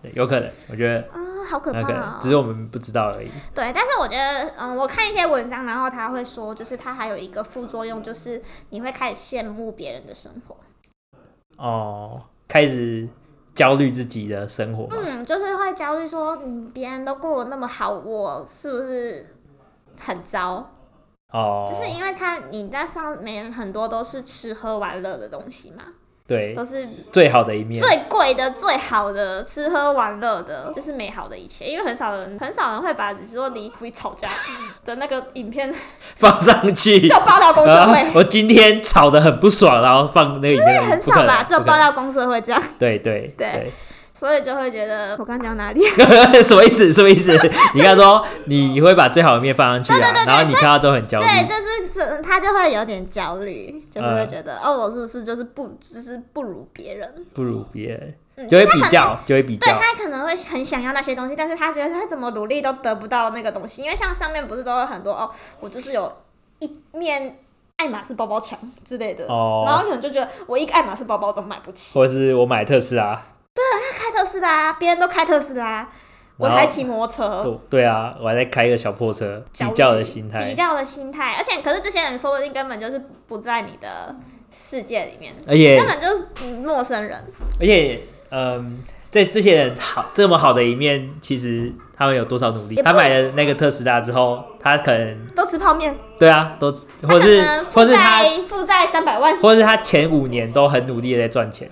[SPEAKER 2] 对 有可能，我觉得
[SPEAKER 1] 啊，好可
[SPEAKER 2] 有可能
[SPEAKER 1] 怕，
[SPEAKER 2] 只
[SPEAKER 1] 哦。
[SPEAKER 2] 是我们不知道而已。
[SPEAKER 1] 对，但是我觉得，嗯，我看一些文章，然后他会说，就是他还有一个副作用，就是你会开始羡慕别人的生活，
[SPEAKER 2] 哦，开始焦虑自己的生活嘛。
[SPEAKER 1] 嗯，就是会焦虑说，嗯，别人都过得那么好，我是不是很糟？
[SPEAKER 2] 哦，
[SPEAKER 1] 就是因为它你在上面很多都是吃喝玩乐的东西嘛，
[SPEAKER 2] 对
[SPEAKER 1] 都是
[SPEAKER 2] 最好的一面，
[SPEAKER 1] 最贵的、最好的吃喝玩乐的，就是美好的一切。因为很少人很少人会把只是说你夫妻吵架的那个影片
[SPEAKER 2] 放上去
[SPEAKER 1] 只。有爆料公社
[SPEAKER 2] 然后
[SPEAKER 1] 会，
[SPEAKER 2] 我今天吵得很不爽，然后放那个影片，
[SPEAKER 1] 很
[SPEAKER 2] 不可
[SPEAKER 1] 少
[SPEAKER 2] 能
[SPEAKER 1] 吧？只有
[SPEAKER 2] 不可
[SPEAKER 1] 爆
[SPEAKER 2] 能
[SPEAKER 1] 料公社会这样，
[SPEAKER 2] 对对
[SPEAKER 1] 对
[SPEAKER 2] 对，
[SPEAKER 1] 所以就会觉得我刚讲哪里？啊
[SPEAKER 2] 什么意思？什么 意思？你刚才说你会把最好的面放上去啊，然后你看到都很焦虑，
[SPEAKER 1] 对，就是是他就会有点焦虑，就是会
[SPEAKER 2] 嗯
[SPEAKER 1] 觉得、哦，我是不是就是不就是不如别人？
[SPEAKER 2] 不如别人，
[SPEAKER 1] 嗯
[SPEAKER 2] 就会
[SPEAKER 1] 就是
[SPEAKER 2] 比
[SPEAKER 1] 他可能
[SPEAKER 2] 较，就会比
[SPEAKER 1] 对
[SPEAKER 2] 较。
[SPEAKER 1] 他可能会很想要那些东西，但是他觉得他怎么努力都得不到那个东西，因为像上面不是都有很多哦，我就是有一面爱马仕包包墙之类的，
[SPEAKER 2] 哦
[SPEAKER 1] 然后可能就觉得我一个爱马仕包包都买不起，
[SPEAKER 2] 或者是我买特斯拉，
[SPEAKER 1] 他开特斯拉，别人都开特斯拉，我还骑摩托车，
[SPEAKER 2] 对对啊，我还在开一个小破车，
[SPEAKER 1] 焦
[SPEAKER 2] 比
[SPEAKER 1] 虑
[SPEAKER 2] 较的心态
[SPEAKER 1] 比，较的心态，而且可是这些人说不定根本就是不在你的世界里面，
[SPEAKER 2] 而且
[SPEAKER 1] 根本就是嗯陌生人。
[SPEAKER 2] 而且，嗯，这这些人好这么好的一面，其实他们有多少努力？
[SPEAKER 1] 也不
[SPEAKER 2] 他买了那个特斯拉之后，他可能
[SPEAKER 1] 都吃泡面，
[SPEAKER 2] 对啊，都或是
[SPEAKER 1] 他可能
[SPEAKER 2] 或
[SPEAKER 1] 负
[SPEAKER 2] 是他
[SPEAKER 1] 债负债三百万，
[SPEAKER 2] 或是他前五年都很努力的在赚钱，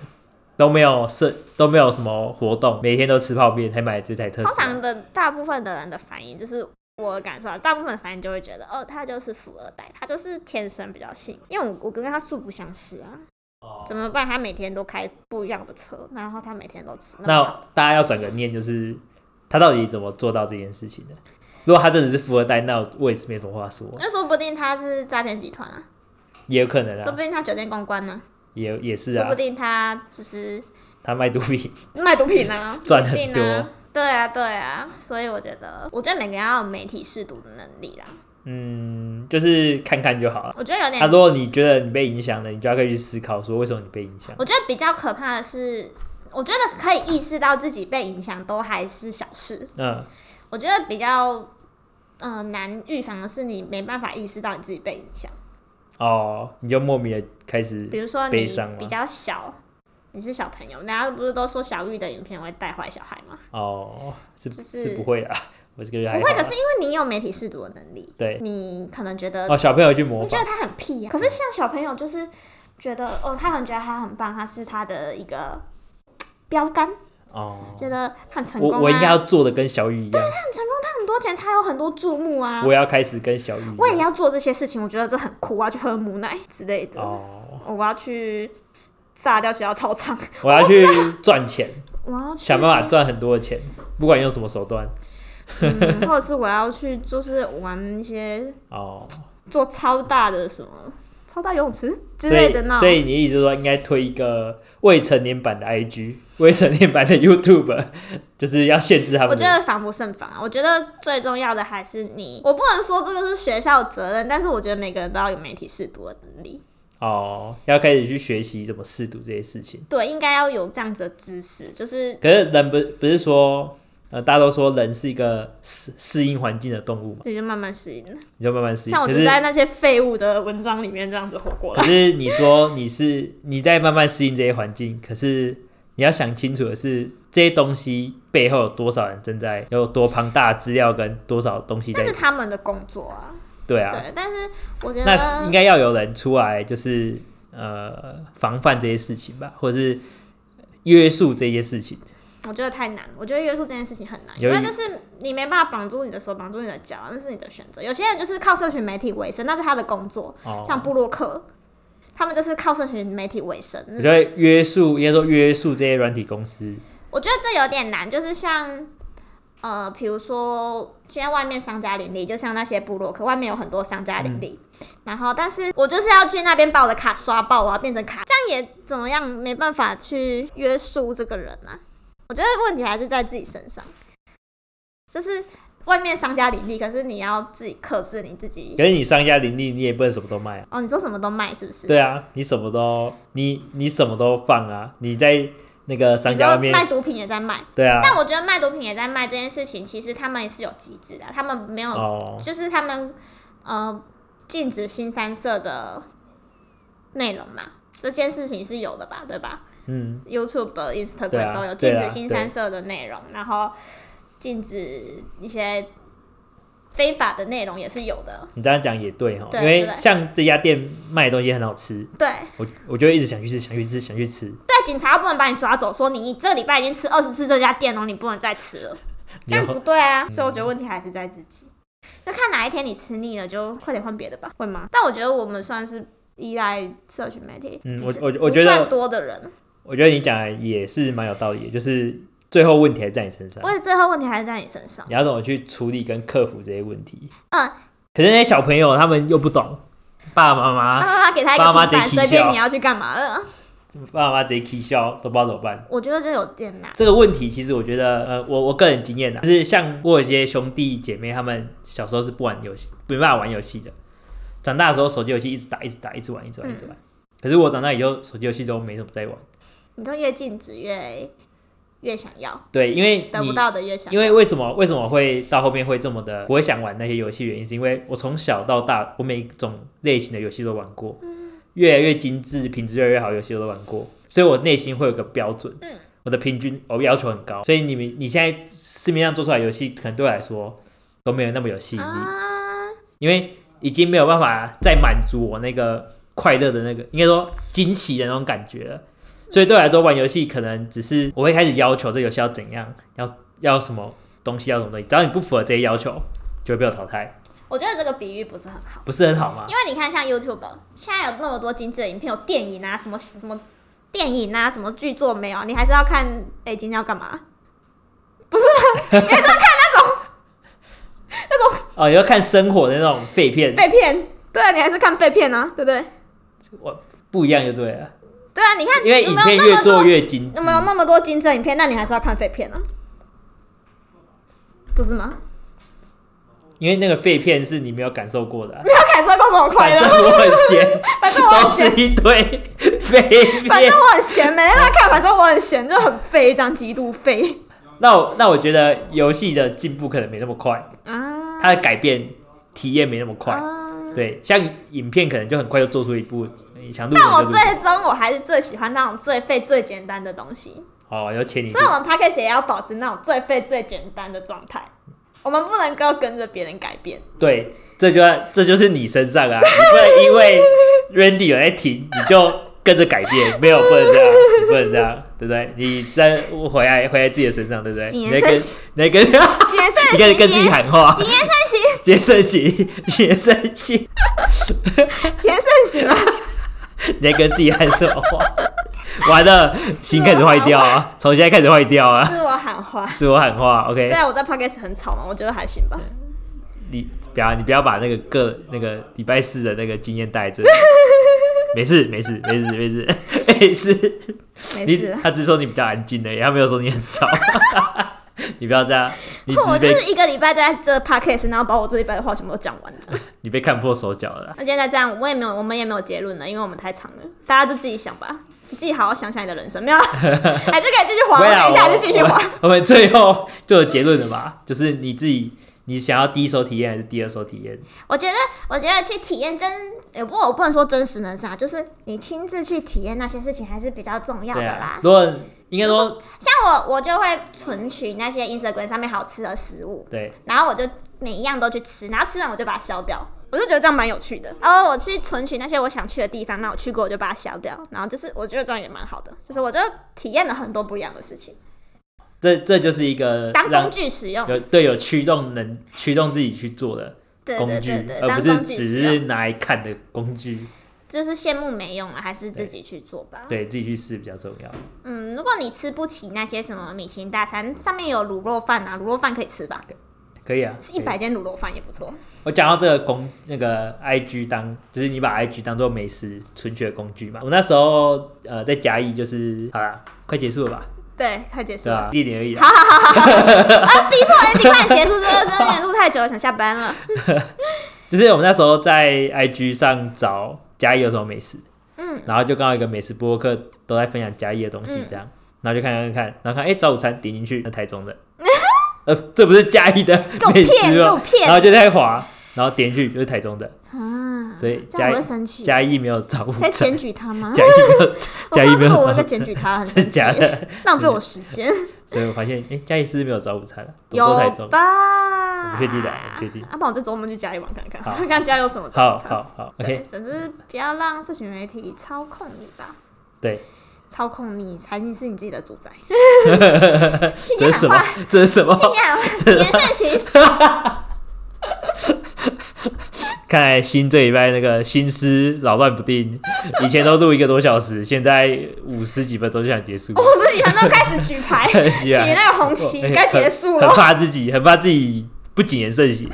[SPEAKER 2] 都没有社都没有什么活动，每天都吃泡面才买这台特
[SPEAKER 1] 通
[SPEAKER 2] 斯拉。
[SPEAKER 1] 常的大部分的人的反应就是。我感受到大部分反应就会觉得，哦，他就是富二代，他就是天生比较幸运，因为我我跟他素不相识啊，
[SPEAKER 2] 哦
[SPEAKER 1] 怎么办？他每天都开不一样的车，然后他每天都吃那
[SPEAKER 2] 那
[SPEAKER 1] 么好，
[SPEAKER 2] 大家要转个念，就是他到底怎么做到这件事情的？如果他真的是富二代，那我也是没什么话说，
[SPEAKER 1] 那说不定他是诈骗集团啊，
[SPEAKER 2] 也有可能
[SPEAKER 1] 说不
[SPEAKER 2] 啊，
[SPEAKER 1] 定他酒店公关呢、
[SPEAKER 2] 也也是
[SPEAKER 1] 说
[SPEAKER 2] 啊
[SPEAKER 1] 不，定他就是
[SPEAKER 2] 他卖毒品
[SPEAKER 1] 卖毒品啊，
[SPEAKER 2] 赚
[SPEAKER 1] 说不定
[SPEAKER 2] 很多
[SPEAKER 1] 啊，，对啊，对啊，所以我觉得，我觉得每个人要有媒体试读的能力啦，
[SPEAKER 2] 嗯，就是看看就好了。
[SPEAKER 1] 我觉得有点
[SPEAKER 2] 啊，如果你觉得你被影响了，你就要可以去思考说为什么你被影响。
[SPEAKER 1] 我觉得比较可怕的是，我觉得可以意识到自己被影响都还是小事。
[SPEAKER 2] 嗯，
[SPEAKER 1] 我觉得比较呃难预防的是，你没办法意识到你自己被影响。
[SPEAKER 2] 哦，你就莫名的开始
[SPEAKER 1] 比如说
[SPEAKER 2] 悲
[SPEAKER 1] 你
[SPEAKER 2] 伤吗
[SPEAKER 1] 比较小，你是小朋友，人家不是都说小玉的影片会带坏小孩吗？
[SPEAKER 2] 哦，是
[SPEAKER 1] 就是是
[SPEAKER 2] 不会啊， 我这个人还
[SPEAKER 1] 不
[SPEAKER 2] 好
[SPEAKER 1] 会，可
[SPEAKER 2] 啊
[SPEAKER 1] 是因为你有媒体试读的能力，
[SPEAKER 2] 对
[SPEAKER 1] 你可能觉得
[SPEAKER 2] 哦，小朋友去模
[SPEAKER 1] 你觉
[SPEAKER 2] 仿
[SPEAKER 1] 得他很屁、啊，可是像小朋友就是觉得哦，他很觉得他很棒，他是他的一个标杆，
[SPEAKER 2] 哦，
[SPEAKER 1] 觉得他很成功、啊啊
[SPEAKER 2] 我我应该要做的跟小雨一样，
[SPEAKER 1] 很多钱，他有很多注目啊。
[SPEAKER 2] 我也要开始跟小雨一
[SPEAKER 1] 我也
[SPEAKER 2] 样
[SPEAKER 1] 要做这些事情，我觉得这很酷。我要啊去喝母奶之类的，
[SPEAKER 2] 哦，
[SPEAKER 1] 我要去炸掉学校操场，
[SPEAKER 2] 我要去赚钱，
[SPEAKER 1] 我要去
[SPEAKER 2] 想办法赚很多的钱，不管用什么手段
[SPEAKER 1] 嗯，或者是我要去就是玩一些
[SPEAKER 2] 哦。
[SPEAKER 1] 做超大的什么超大游泳池之
[SPEAKER 2] 所
[SPEAKER 1] 类
[SPEAKER 2] 以
[SPEAKER 1] 的那
[SPEAKER 2] 所
[SPEAKER 1] 种。
[SPEAKER 2] 以你意思说应该推一个未成年版的 IG，未成年版的 YouTube，就是 要限制他
[SPEAKER 1] 我
[SPEAKER 2] 们
[SPEAKER 1] 觉
[SPEAKER 2] 的
[SPEAKER 1] 得防不胜防啊！我觉得最重要的还是你，我不能说这个是学校责任，但是我觉得每个人都要有媒体试读的能力，
[SPEAKER 2] 哦，要开始去学习怎么试读这些事情。
[SPEAKER 1] 对，应该要有这样子的知识，就是
[SPEAKER 2] 可是人不不是说，呃，大家都说人是一个适适应环境的动物嘛，
[SPEAKER 1] 这就慢慢适应了。
[SPEAKER 2] 你就慢慢适应。
[SPEAKER 1] 像我
[SPEAKER 2] 可
[SPEAKER 1] 就是在那些废物的文章里面这样子活过来
[SPEAKER 2] 可。是你说你是你在慢慢适应这些环境，可是你要想清楚的是，这些东西背后有多少人正在有多庞大的资料跟多少东西
[SPEAKER 1] 那
[SPEAKER 2] 在
[SPEAKER 1] 是他们的工作啊，
[SPEAKER 2] 对啊，
[SPEAKER 1] 对。但是我觉
[SPEAKER 2] 那是
[SPEAKER 1] 得
[SPEAKER 2] 应，该要有人出来，就是呃防范这些事情吧，或者是约束这些事情。
[SPEAKER 1] 我觉得太难。我觉得约束这件事情很难，因
[SPEAKER 2] 有一
[SPEAKER 1] 为就是你没办法绑住你的手，绑住你的脚，啊那是你的选择。有些人就是靠社群媒体为生，那是他的工作，
[SPEAKER 2] 哦，
[SPEAKER 1] 像布洛克，他们就是靠社群媒体为生。
[SPEAKER 2] 我觉得约束应该说约束这些软体公司
[SPEAKER 1] 我觉得这有点难，就是像。呃，比如说，现在外面商家林立，就像那些布洛克，外面有很多商家林立。
[SPEAKER 2] 嗯
[SPEAKER 1] 然后，但是我就是要去那边把我的卡刷爆，我要变成卡，这样也怎么样？没办法去约束这个人啊。我觉得问题还是在自己身上，就是外面商家林立，可是你要自己克制你自己。
[SPEAKER 2] 可是你上架林立，你也不能什么都卖啊。
[SPEAKER 1] 哦，你说什么都卖是不是？
[SPEAKER 2] 对啊，你什么都你你什么都放啊，你在那个商
[SPEAKER 1] 你
[SPEAKER 2] 家
[SPEAKER 1] 说
[SPEAKER 2] 外面，
[SPEAKER 1] 卖毒品也在卖，
[SPEAKER 2] 对啊，
[SPEAKER 1] 但我觉得卖毒品也在卖这件事情，其实他们也是有机制的，啊他们没有
[SPEAKER 2] 哦，
[SPEAKER 1] 就是他们呃禁止新三色的内容嘛，这件事情是有的吧，对吧
[SPEAKER 2] 嗯，
[SPEAKER 1] ？YouTube、
[SPEAKER 2] 对
[SPEAKER 1] Instagram
[SPEAKER 2] 啊
[SPEAKER 1] 都有
[SPEAKER 2] 对
[SPEAKER 1] 禁
[SPEAKER 2] 啊
[SPEAKER 1] 止新三色的内容，然后禁止一些非法的内容也是有的。
[SPEAKER 2] 你这样讲也对哈，
[SPEAKER 1] 对
[SPEAKER 2] 因为
[SPEAKER 1] 对
[SPEAKER 2] 像这家店卖的东西很好吃，
[SPEAKER 1] 对
[SPEAKER 2] 我我就一直想去吃，想去吃，想去吃，
[SPEAKER 1] 对，警察不能把你抓走，说你你这礼拜已经吃二十次这家店哦，你不能再吃了，这样
[SPEAKER 2] 然后
[SPEAKER 1] 不对啊。所以我觉得问题还是在自己。那看哪一天你吃腻了，就快点换别的吧，会吗？但我觉得我们算是依赖社群媒体，
[SPEAKER 2] 嗯，
[SPEAKER 1] 不
[SPEAKER 2] 我
[SPEAKER 1] 是
[SPEAKER 2] 我我
[SPEAKER 1] 不
[SPEAKER 2] 觉得
[SPEAKER 1] 算多的人，
[SPEAKER 2] 我觉得你讲的也是蛮有道理的，就是最后问题还在你身上，
[SPEAKER 1] 我最后问题还是在你身上。
[SPEAKER 2] 你要怎么去处理跟克服这些问题？
[SPEAKER 1] 嗯，
[SPEAKER 2] 可是那些小朋友他们又不懂，爸爸妈妈、
[SPEAKER 1] 他妈妈给他一
[SPEAKER 2] 爸
[SPEAKER 1] 个
[SPEAKER 2] 妈
[SPEAKER 1] 平板，
[SPEAKER 2] 直接
[SPEAKER 1] 随
[SPEAKER 2] 踢
[SPEAKER 1] 便
[SPEAKER 2] 笑
[SPEAKER 1] 你要去干嘛了。
[SPEAKER 2] 爸爸妈妈直接气消，都不知道怎么办。
[SPEAKER 1] 我觉得这有点难。
[SPEAKER 2] 这个问题其实我觉得，呃，我我个人经验啊，就是像我有些兄弟姐妹，他们小时候是不玩游戏，没办法玩游戏的。长大的时候，手机游戏一直打，一直打，一直玩，一直玩，一直玩。可是我长大以后，手机游戏都没怎么在玩。
[SPEAKER 1] 你就越禁止越越想要，
[SPEAKER 2] 对，因为
[SPEAKER 1] 得
[SPEAKER 2] 你
[SPEAKER 1] 不到的越想
[SPEAKER 2] 因
[SPEAKER 1] 要。
[SPEAKER 2] 为为什么为什么会到后面会这么的不会想玩那些游戏？原因是因为我从小到大，我每一种类型的游戏都玩过，
[SPEAKER 1] 嗯
[SPEAKER 2] 越来越精致、品质越来越好的游戏我都玩过，所以我内心会有个标准，
[SPEAKER 1] 嗯
[SPEAKER 2] 我的平均我要求很高，所以你们你现在市面上做出来的游戏，可能对我来说都没有那么有吸引力，
[SPEAKER 1] 啊，
[SPEAKER 2] 因为已经没有办法再满足我那个快乐的那个，应该说惊喜的那种感觉了。所以对我来说，玩游戏可能只是我会开始要求这游戏要怎样，要要什么东西，要什么东西。只要你不符合这些要求，就会被我淘汰，
[SPEAKER 1] 我觉得这个比喻不是很好，
[SPEAKER 2] 不是很好吗？
[SPEAKER 1] 因为你看像 YouTube 现在有那么多精致的影片，有电影啊，什么什么电影啊，什么剧作没有，你还是要看。哎、今天要干嘛？
[SPEAKER 2] 嗯哦，你要看生活的那种废片，
[SPEAKER 1] 被骗？对啊，你还是看被骗啊，对不对？
[SPEAKER 2] 我不一样就对了。
[SPEAKER 1] 对啊，你看，
[SPEAKER 2] 因为影片越做越精致
[SPEAKER 1] 有，没有那么多精致的影片，那你还是要看废片啊，不是 吗？
[SPEAKER 2] 因为那个废片是你没有感受过的啊、
[SPEAKER 1] 没有感受过这种快
[SPEAKER 2] 反正
[SPEAKER 1] 乐，
[SPEAKER 2] 我很闲，
[SPEAKER 1] 反正我
[SPEAKER 2] 都
[SPEAKER 1] 很闲
[SPEAKER 2] 是一堆废
[SPEAKER 1] 反
[SPEAKER 2] 片
[SPEAKER 1] 正。我很闲，没人在看，反正我很闲，就很废，这样极度废
[SPEAKER 2] 那我那我觉得游戏的进步可能没那么快，
[SPEAKER 1] 啊
[SPEAKER 2] 它的改变体验没那么快。
[SPEAKER 1] 啊！
[SPEAKER 2] 对，像影片可能就很快就做出一部你想录什
[SPEAKER 1] 但
[SPEAKER 2] 么
[SPEAKER 1] 我
[SPEAKER 2] 就录。
[SPEAKER 1] 最终我还是最喜欢那种最废最简单的东西，
[SPEAKER 2] 哦，要签你
[SPEAKER 1] 所以我们 p a c a s t 也要保持那种最废最简单的状态。我们不能够跟着别人改 变，
[SPEAKER 2] 对，这就这就是你身上啊，你不能因为 Randy 有在听，你就跟着改变，没有不能这样，你不能这样，对不对？你再回来回来自己的身上，对不对？
[SPEAKER 1] 谨
[SPEAKER 2] 你
[SPEAKER 1] 言
[SPEAKER 2] 在跟
[SPEAKER 1] 慎
[SPEAKER 2] 你
[SPEAKER 1] 行，
[SPEAKER 2] 在跟你
[SPEAKER 1] 谨言慎
[SPEAKER 2] 在
[SPEAKER 1] 行，
[SPEAKER 2] 跟自己喊话，
[SPEAKER 1] 谨言慎行，
[SPEAKER 2] 谨言慎行，谨言慎行，
[SPEAKER 1] 谨言慎行啊！
[SPEAKER 2] 你在跟自己喊什么话？完了，心开始坏掉 啊，从现在开始坏掉啊，
[SPEAKER 1] 自我喊话。
[SPEAKER 2] 自我喊话，OK。
[SPEAKER 1] 对啊，我在 p a c a s t 很吵嘛，我觉得还行吧。
[SPEAKER 2] 你不要，你不要把那个个那个礼拜四的那个经验 带着。没事，没事，没事，没事， 没事。
[SPEAKER 1] 没
[SPEAKER 2] 你啊
[SPEAKER 1] 事啊啦，
[SPEAKER 2] 他只说你比较安静而已，他没有说你很 吵。你不要这样，你只
[SPEAKER 1] 我
[SPEAKER 2] 是
[SPEAKER 1] 就
[SPEAKER 2] 被
[SPEAKER 1] 是一个礼拜在这 p a c a s t 然后把我这礼拜的话全部都讲完。
[SPEAKER 2] 你被看破手脚了啦。
[SPEAKER 1] 那现在这样，我也没有，我们也没有结论了，因为我们太长了，大家就自己想吧，你自己好好想想你的人生，没有 啦，还是可以继续滑，
[SPEAKER 2] 不
[SPEAKER 1] 我
[SPEAKER 2] 要
[SPEAKER 1] 等一下还是继续
[SPEAKER 2] 我
[SPEAKER 1] 滑。
[SPEAKER 2] 我我们 最后就有结论了吧？就是你自己，你想要第一手体验还是第二手体验？
[SPEAKER 1] 我觉得，我觉得去体验真，呃，不过我不能说真实人生啊，就是你亲自去体验那些事情还是比较重要的
[SPEAKER 2] 对
[SPEAKER 1] 啦
[SPEAKER 2] 啊，。如果应该说
[SPEAKER 1] 像我，我就会存取那些 Instagram 上面好吃的食物，
[SPEAKER 2] 对，
[SPEAKER 1] 然后我就每一样都去吃，然后吃完我就把它消掉。我就觉得这样蛮有趣的。哦，我去存取那些我想去的地方，那我去过我就把它消掉，然后就是我觉得这样也蛮好的，就是我就体验了很多不一样的事情，
[SPEAKER 2] 这这就是一个
[SPEAKER 1] 当工
[SPEAKER 2] 呃让
[SPEAKER 1] 具使用。
[SPEAKER 2] 有对有驱动能驱动自己去做的。
[SPEAKER 1] 对
[SPEAKER 2] 工
[SPEAKER 1] 对
[SPEAKER 2] 具
[SPEAKER 1] 对，对，
[SPEAKER 2] 而
[SPEAKER 1] 当
[SPEAKER 2] 不是
[SPEAKER 1] 工具
[SPEAKER 2] 只
[SPEAKER 1] 使
[SPEAKER 2] 是
[SPEAKER 1] 用，
[SPEAKER 2] 拿来看的工具，
[SPEAKER 1] 就是羡慕没用啊，还是自己去做吧。
[SPEAKER 2] 对自己去试比较重要。
[SPEAKER 1] 嗯，如果你吃不起那些什么米其林大餐，上面有卤肉饭啊，卤肉饭可以吃吧？
[SPEAKER 2] 可以啊，
[SPEAKER 1] 吃
[SPEAKER 2] 可
[SPEAKER 1] 一
[SPEAKER 2] 以
[SPEAKER 1] 百间卤肉饭也不错。
[SPEAKER 2] 我讲到这个工那个 IG 当，就是你把 IG 当做美食存取的工具嘛。我那时候呃在嘉义，就是好啦，快结束了吧，
[SPEAKER 1] 对，快结束
[SPEAKER 2] 对
[SPEAKER 1] 了。
[SPEAKER 2] 吧、一点而已啦。
[SPEAKER 1] 好好好好好，啊，逼迫 Andy 快点结束，真的真的录太久了，想下班了。
[SPEAKER 2] 就是我们那时候在 IG 上找嘉义有什么美食，嗯，然后就刚好一个美食播客都在分享嘉义的东
[SPEAKER 1] 嗯
[SPEAKER 2] 西，这样，然后就看看看，然后看哎、早午餐点进去，那台中的， 呃，这不是嘉义的
[SPEAKER 1] 给我
[SPEAKER 2] 美
[SPEAKER 1] 骗，
[SPEAKER 2] 食
[SPEAKER 1] 给
[SPEAKER 2] 哦
[SPEAKER 1] 我，骗
[SPEAKER 2] 然后就在滑，然后点进去就是台中的，
[SPEAKER 1] 啊！
[SPEAKER 2] 所以
[SPEAKER 1] 这样
[SPEAKER 2] 嘉
[SPEAKER 1] 我会
[SPEAKER 2] 义
[SPEAKER 1] 生气，
[SPEAKER 2] 嘉义没有早午
[SPEAKER 1] 可以
[SPEAKER 2] 餐，
[SPEAKER 1] 检举他吗？
[SPEAKER 2] 嘉义没有
[SPEAKER 1] 我
[SPEAKER 2] 嘉义
[SPEAKER 1] 怕这
[SPEAKER 2] 没有
[SPEAKER 1] 个
[SPEAKER 2] 早
[SPEAKER 1] 我会
[SPEAKER 2] 午
[SPEAKER 1] 检
[SPEAKER 2] 餐，
[SPEAKER 1] 举他，很
[SPEAKER 2] 真
[SPEAKER 1] 生气
[SPEAKER 2] 假，的？
[SPEAKER 1] 浪费我时 间。
[SPEAKER 2] 所以我发现哎、嘉义是不是没有早午餐啊？都
[SPEAKER 1] 有
[SPEAKER 2] 都台中，
[SPEAKER 1] 吧？
[SPEAKER 2] 我不确定的我不确定
[SPEAKER 1] 啊，不然我这周末去嘉义玩看看，
[SPEAKER 2] 好
[SPEAKER 1] 看看嘉义有什么
[SPEAKER 2] 好
[SPEAKER 1] 早餐。
[SPEAKER 2] 好好
[SPEAKER 1] 对，
[SPEAKER 2] ，OK，
[SPEAKER 1] 总之不要让社群媒体操控你吧。
[SPEAKER 2] 对，
[SPEAKER 1] 操控你才是你自己的主宰。
[SPEAKER 2] 这是 什么？
[SPEAKER 1] 啊
[SPEAKER 2] 这是什么？
[SPEAKER 1] 这样谨言慎行。
[SPEAKER 2] 看来新这礼拜那个心思扰乱不定，以前都录一个多小时，现在五十几分钟就想结束，
[SPEAKER 1] 我是原都开始举牌，
[SPEAKER 2] 很
[SPEAKER 1] 举
[SPEAKER 2] 急啊
[SPEAKER 1] 那个红旗，
[SPEAKER 2] 我
[SPEAKER 1] 该结束
[SPEAKER 2] 很
[SPEAKER 1] 了
[SPEAKER 2] 很，怕自己，很怕自己不谨言慎行。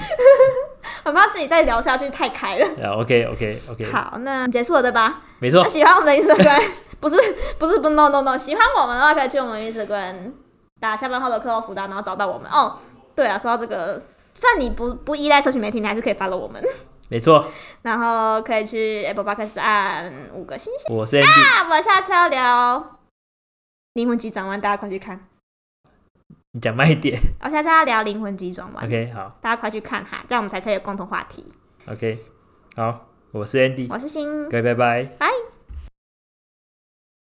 [SPEAKER 1] 很怕自己再聊下去太开了。
[SPEAKER 2] 啊，OK OK OK，哦
[SPEAKER 1] 好，那结束了对吧？
[SPEAKER 2] 没错
[SPEAKER 1] 那，喜欢我们的 Instagram，不是 不是不 no no no，喜欢我们的话可以去我们的 Instagram 打下班后的课后辅导，然后找到我们。哦，对啊，说到这个，就算你不不依赖社群媒体，你还是可以 follow 我们，
[SPEAKER 2] 没错，
[SPEAKER 1] 然后可以去 Apple Podcast 按五个星星。
[SPEAKER 2] 我是 Andy，
[SPEAKER 1] 那我们下次要聊《灵魂急转弯》，大家快去看。
[SPEAKER 2] 你讲慢一点。
[SPEAKER 1] 我下次要聊《灵魂急转弯》
[SPEAKER 2] OK，好
[SPEAKER 1] 大家快去看哈，这样我们才可以有共同话题。
[SPEAKER 2] ，OK，好，我是 Andy，
[SPEAKER 1] 我是新，
[SPEAKER 2] 各位拜拜。
[SPEAKER 1] 拜。